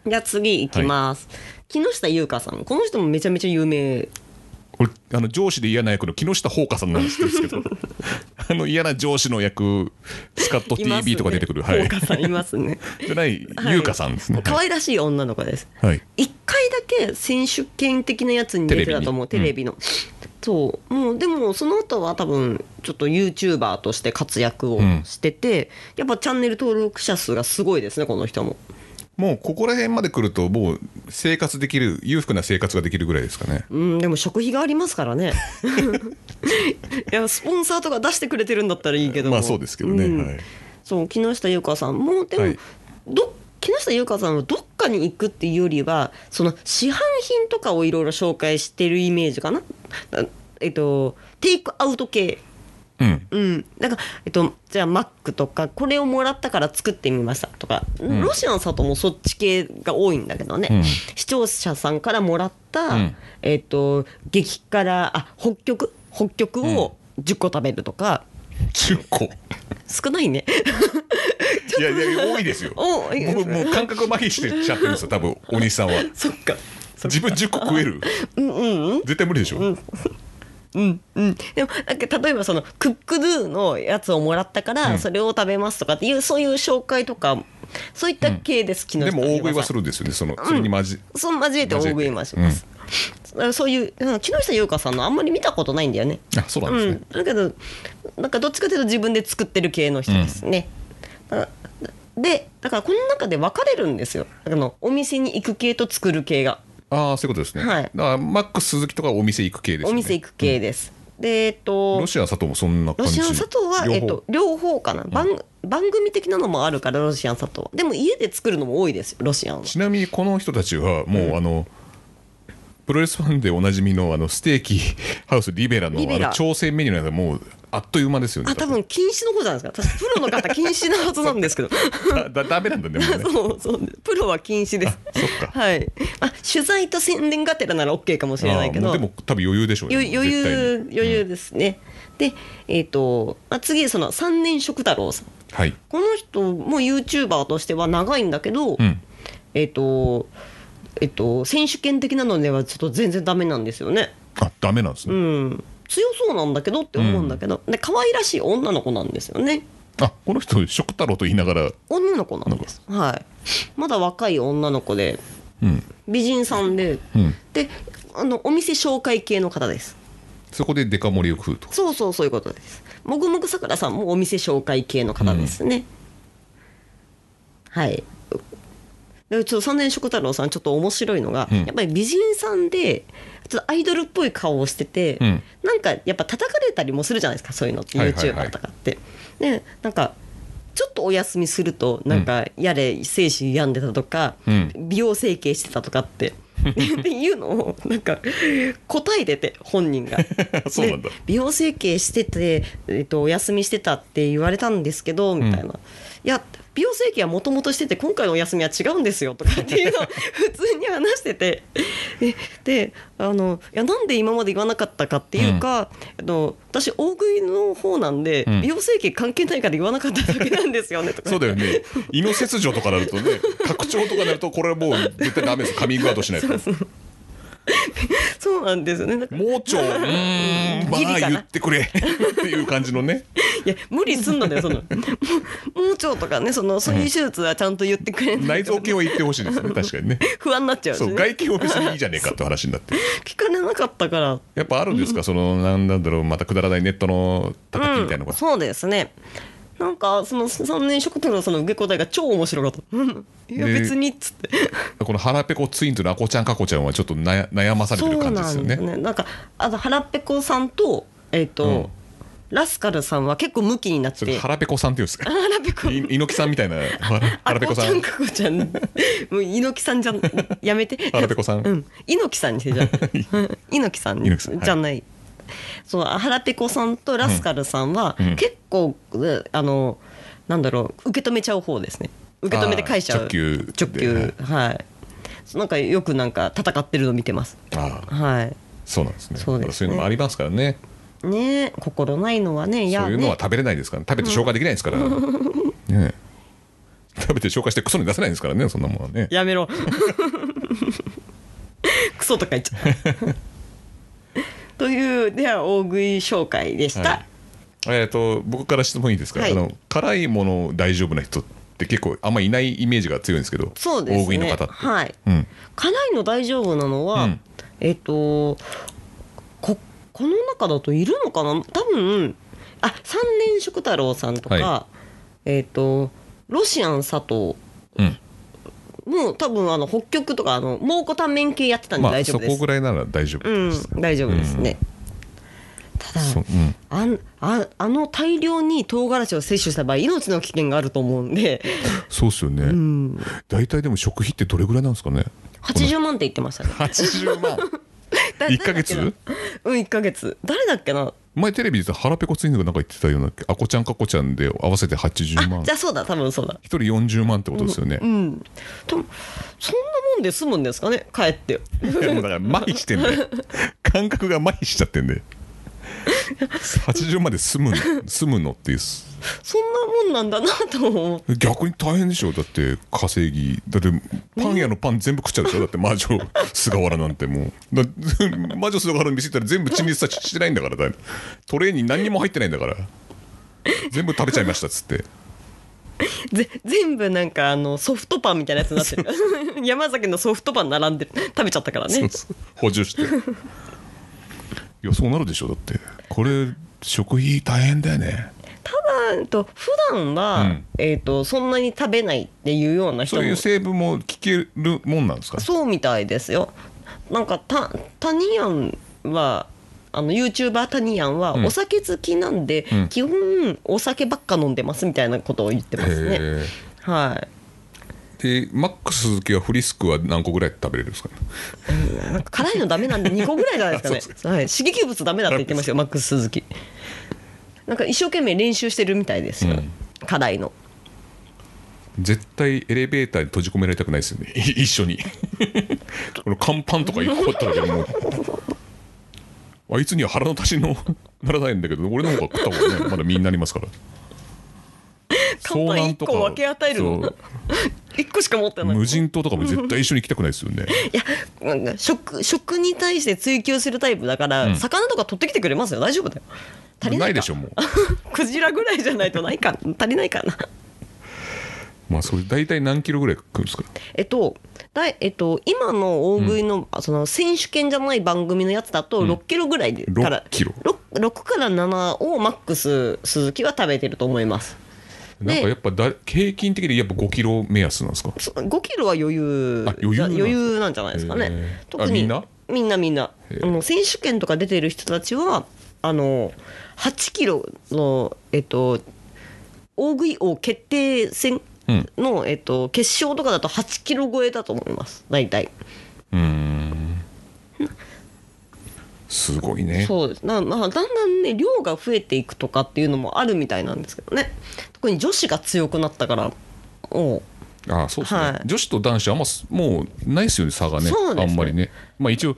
じゃあ次いきます、木下優香さんこの人もめちゃめちゃ有名これあの上司で嫌な役の木下ほうかさんなんですけ どあの嫌な上司の役スカットいますね TV とか出てくる、ほはういかさんいます ねじゃないはい優香さんですね可愛らしい女の子ですはい一回だけ選手権的なやつに出てたと思うテテレレビの、そうもうでもその後は多分ちょっと YouTuber として活躍をしてて、やっぱチャンネル登録者数がすごいですねこの人ももうここら辺まで来るともう生活できる裕福な生活ができるぐらいですかねうんでも食費がありますか らねいやスポンサーとか出してくれてるんだったらいいけどもまあそうですけどね、うんはい、そう木下優香さんもでも、はいど木下優香さんはどっかに行くっていうよりはその市販品とかをいろいろ紹介してるイメージかなあえっとテイクアウト系うんうんなんかえっとじゃあマックとかこれをもらったから作ってみましたとか、んロシアンさともそっち系が多いんだけどね、うん視聴者さんからもらった、うんえっと激辛あ北極北極を10個食べるとか、 10個 少ないねいやいや多いです よおいいですね僕もう感覚麻痺してっちゃってるんですよ多分お兄さんは そっか自分10個食えるうんうんうん絶対無理でしょ、うんうん、でもなんか例えばそのクックドゥのやつをもらったからそれを食べますとかっていう、そういう紹介とかそういった系です、木下でも大食いはすそるんですよねそのそれにまじ、そう交えて大食いもします、だからそういううん木下優香さんのあんまり見たことないんだよねあそうなんでうすね、んだけどなんかどっちかというと自分で作ってる系の人ですね、だからでだからこの中で分かれるんですよあのお店に行く系と作る系がああそういうことですね、はいだからマックス鈴木とかはお店行く系ですよねお店行く系です、でえっとロシア佐藤もそんな感ロじシアン佐藤は両方両方,、えっと、両方かな、番番組的なのもあるからロシアン佐藤はでも家で作るのも多いですよロシアンはちなみにこの人たちはもう、あのプロレスファンでおなじみのあのステーキ ハウスリベラのリベあラの調整メニューなんかもうあっという間ですよねあ多分禁止の方じゃないですか私プロの方禁止なはずなんで すけどだだだめなんだねもうねそうそうプロは禁止ですそっかはいあ取材と宣伝がてらなら OK かもしれないけあどあもうでも多分余裕でしょうねよ余絶対に裕余裕ですね、でえっ、と、まあ、次その三年食太郎さんはいこの人も YouTuber としては長いんだけど、うんえっ、とえっ、と選手権的なのではちょっと全然ダメなんですよねあダメなんですうね、ん強そうなんだけどって思うんだけど、で可愛らしい女の子なんですよねあこの人食太郎と言いながら女の子なんですはいまだ若い女の子でうん美人さんで、うんであのお店紹介系の方ですそこでデカ盛りを食うとそうそうそういうことですもぐもぐさくらさんもお店紹介系の方ですね、はいでちょっと三年食太郎さんちょっと面白いのが、うんやっぱり美人さんでちょっとアイドルっぽい顔をしてて、うんなんかやっぱ叩かれたりもするじゃないですかそういうのってはいはいはい YouTuber とかって、でなんかちょっとお休みするとなんかやれ精神病んでたとか、うん美容整形してたとかって っていうのをなんか答えてて本人が そうなんだで美容整形してて、えっとお休みしてたって言われたんですけどみたいな、いや美容整形はもともとしてて今回のお休みは違うんですよとかっていうのを 普通に話しててでであのいやなんで今まで言わなかったかっていうか、あの私大食いの方なんで、ん美容整形関係ないから言わなかっただけなんですよねとかそうだよね胃の切除とかなるとね 拡張とかなるとこれはもう絶対ダメですカミングアウトしないとそうなんですよねだから盲腸うーんまギリかあな言ってくれっていう感じのねいや無理すんのだよそのもう盲腸とかねそのそういう手術はちゃんと言ってくれな内いと臓系は言ってほしいですね確かにね不安になっちゃうし、そうね、外見は別にいいじゃねえかって話になって聞かれなかったからやっぱあるんですかそのなんなんだろうまたくだらないネットの叩きみたいなのうんが、そうですねなんかその三年食堂のその受け答えが超面白かった うん「いやで別に」っつってこの腹ペコツインズのあこちゃんかこちゃんはちょっと悩悩まされてそるう感じでなすよんねですねなんかあと腹ペコさんとえっ、と、うんラスカルさんは結構ムキになっそれて腹ペコさんっていうんですか 腹ペコい猪木さんみたいな腹あ腹ペこコちさゃんんかこ ちゃんもう猪木さんじゃんやめて腹ペコさんうん猪木さんにしてじゃんうん猪木さん猪木さんはいじゃない、そう腹ペコさんとラスカルさんは、うん結構うあのなんだろう受け止めちゃう方ですね受け止めて返しちゃうあー直球直球はいそうなんかよくなんか戦ってるの見てますああはいそうなんですねそうですねそういうのもありますからねねえ心ないのはねいやそういうのはね食べれないですから、ね、食べて消化できないですから、ねえ食べて消化してクソに出せないですからねそんなもんはねやめろ クソとか言っちゃったというでは大食い紹介でした、はいえー、と僕から質問いいですか、はいあの辛いもの大丈夫な人って結構あんまいないイメージが強いんですけどそうですね大食いの方って、はいうん、辛いの大丈夫なのは、うんえっ、とここの中だといるのかな多分あ三連食太郎さんとか、はえっ、とロシアン佐藤うんもう多分あの北極とかあの蒙古タンメン系やってたんでま大あ丈そ夫でこす、ぐらいなら大丈夫です、うん大丈夫ですね、ただそううんあんああの大量に唐辛子を摂取した場合命の危険があると思う んで、そうっすよね、うん、大体でも食費ってどれぐらいなんですかね80万って言ってました ね80万だ1ヶ月誰だっけなうん1ヶ月誰だっけな前テレビで腹ペコツインズがなんか言ってたようなあこちゃんかこちゃんで合わせて80あ万じゃあそうだ多分そうだ一人40万ってことですよね、 うんでもそんなもんで済むんですかね帰っていやもうだから麻痺してんだよ感覚が麻痺しちゃってんだよ80まで住むの住むのっていうそんなもんなんだなと思う逆に大変でしょだって稼ぎだってパン屋のパン全部食っちゃうでしょだって魔女菅原なんてもうだ 魔女菅原の店行ったら全部陳列さしてないんだからだトレーに何にも入ってないんだから全部食べちゃいましたっつってぜ全部なんかあのソフトパンみたいなやつになっ てる山崎のソフトパン並んでる食べちゃったからそうねそう補充していやそうなるでしょだってこれ食費大変だよねただえっと普段は、うんえっとそんなに食べないっていうような人そもういう成分も聞けるもんなんですかそうみたいですよ。なんかたタニヤンはあの YouTuber タニヤンはんお酒好きなんで、うん基本お酒ばっか飲んでますみたいなことを言ってますね。へはい。えでマックス鈴木はフリスクは何個ぐらい食べれるんですかねなんか辛いのダメなんで2個ぐらいじゃないですかあ そうねで。はい、刺激物ダメだって言ってましたよマックス鈴木。なんか一生懸命練習してるみたいですよ。うん辛いの。絶対エレベーターに閉じ込められたくないですよ ねい一緒にこの乾パンとか一個あっただけでもうあいつには腹の足しの ならないんだけど俺の方が食った方がねまだ身になりますから乾パン一個分け与えるのそう 一個しか持ってない無人島とかも絶対一緒に行きたくないですよね。いやなんか食食に対して追求するタイプだから、うん魚とか取ってきてくれますよ大丈夫だよ 足りないかないでしょもう クジラぐらいじゃないとないか足りないかな まあそれ大体何キロぐらい来るんですか。えっとだいえっと今の大食いの,、その選手権じゃない番組のやつだと6キロぐらいで6から、キロ 6, から7をマックス鈴木は食べてると思いますねなんかやっぱだ平均的にやっぱ5キロ目安なんですか。そ5キロは余裕あ余裕なんですか余裕なんじゃないですかへねえ特あにみんなみんなみんなへえあの選手権とか出てる人たちはあの8キロのえっと大食い王決定戦うん。の、えっと、決勝とかだと8キロ超えだと思います大体うーん。すごいね。そうですなまあだんだんね量が増えていくとかっていうのもあるみたいなんですけどね特に女子が強くなったからもうああそうですね、はい女子と男子あんますもうないですよね差がねそうですねあんまりねまあ一応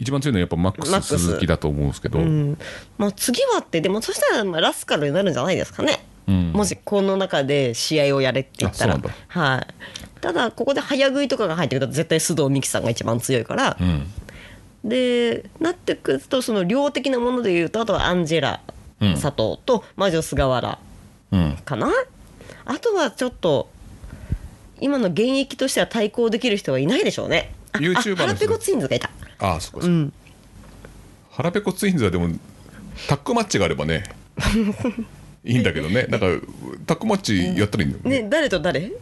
一番強いのはやっぱマックマッスクス鈴木だと思うんですけど、うんまあ、次はってでもそしたらまあラスカルになるんじゃないですかね、うんもしこの中で試合をやれって言ったあらそうなんはい、ただここで早食いとかが入ってくると絶対須藤美樹さんが一番強いからう、んでなってくるとその量的なものでいうとあとはアンジェラうん佐藤と魔女菅原うんかな、あとはちょっと今の現役としては対抗できる人はいないでしょうねあ YouTuber あ腹の人ペコツインズがいたああそうか、うん腹ペコツインズはでもタックマッチがあれば ねいいんだけどねなんかタックマッチやったらいいんだよね,、ね誰と誰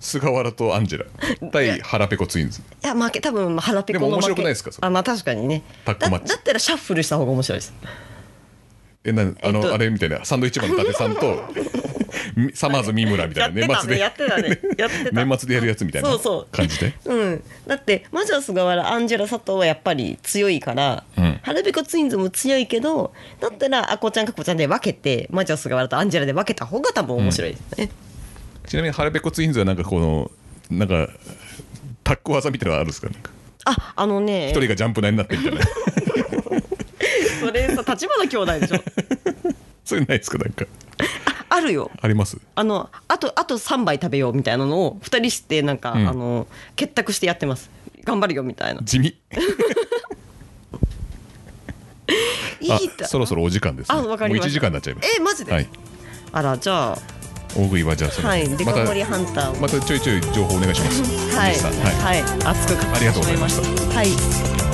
菅原とアンジェラ対腹ペコツインズいや負け多分腹ペコのでも面白負けくないですかそれあまあ確かにねタだッグマだッっチたらシャッフルした方が面白いですえなあの、えっとあれみたいなサンドイッチマンの伊達さんと みサマーズ三村みたやいっな年てた末ねでやってたねやってた年末でやるやつみたいなそうそう感じでうんだってマジョ菅原アンジェラ佐藤はやっぱり強いから、うんハルビコツインズも強いけどだったらアコちゃんカコちゃんで分けてマジョ菅原とアンジェラで分けた方が多分面白いですね、ちなみにハラペコツインズはなんかこのなんかタック技みたいなのあるんですかなんかああのね一人がジャンプ台になってみたいな それさ立花兄弟でしょ それないですかなんかあるよありますあのあとあと3杯食べようみたいなのを2人してなんか、んあの結託してやってます頑張るよみたいな地味いいあだそろそろお時間です、ね、あわかりましもたう1時間になっちゃいますえマジで、はいあらじゃあ大食いはじゃあそのはいデカ盛りまハンターをたまたちょいちょい情報お願いします はい、藤井さんはいはい、熱く語ってありがとうございましたしまいましたはい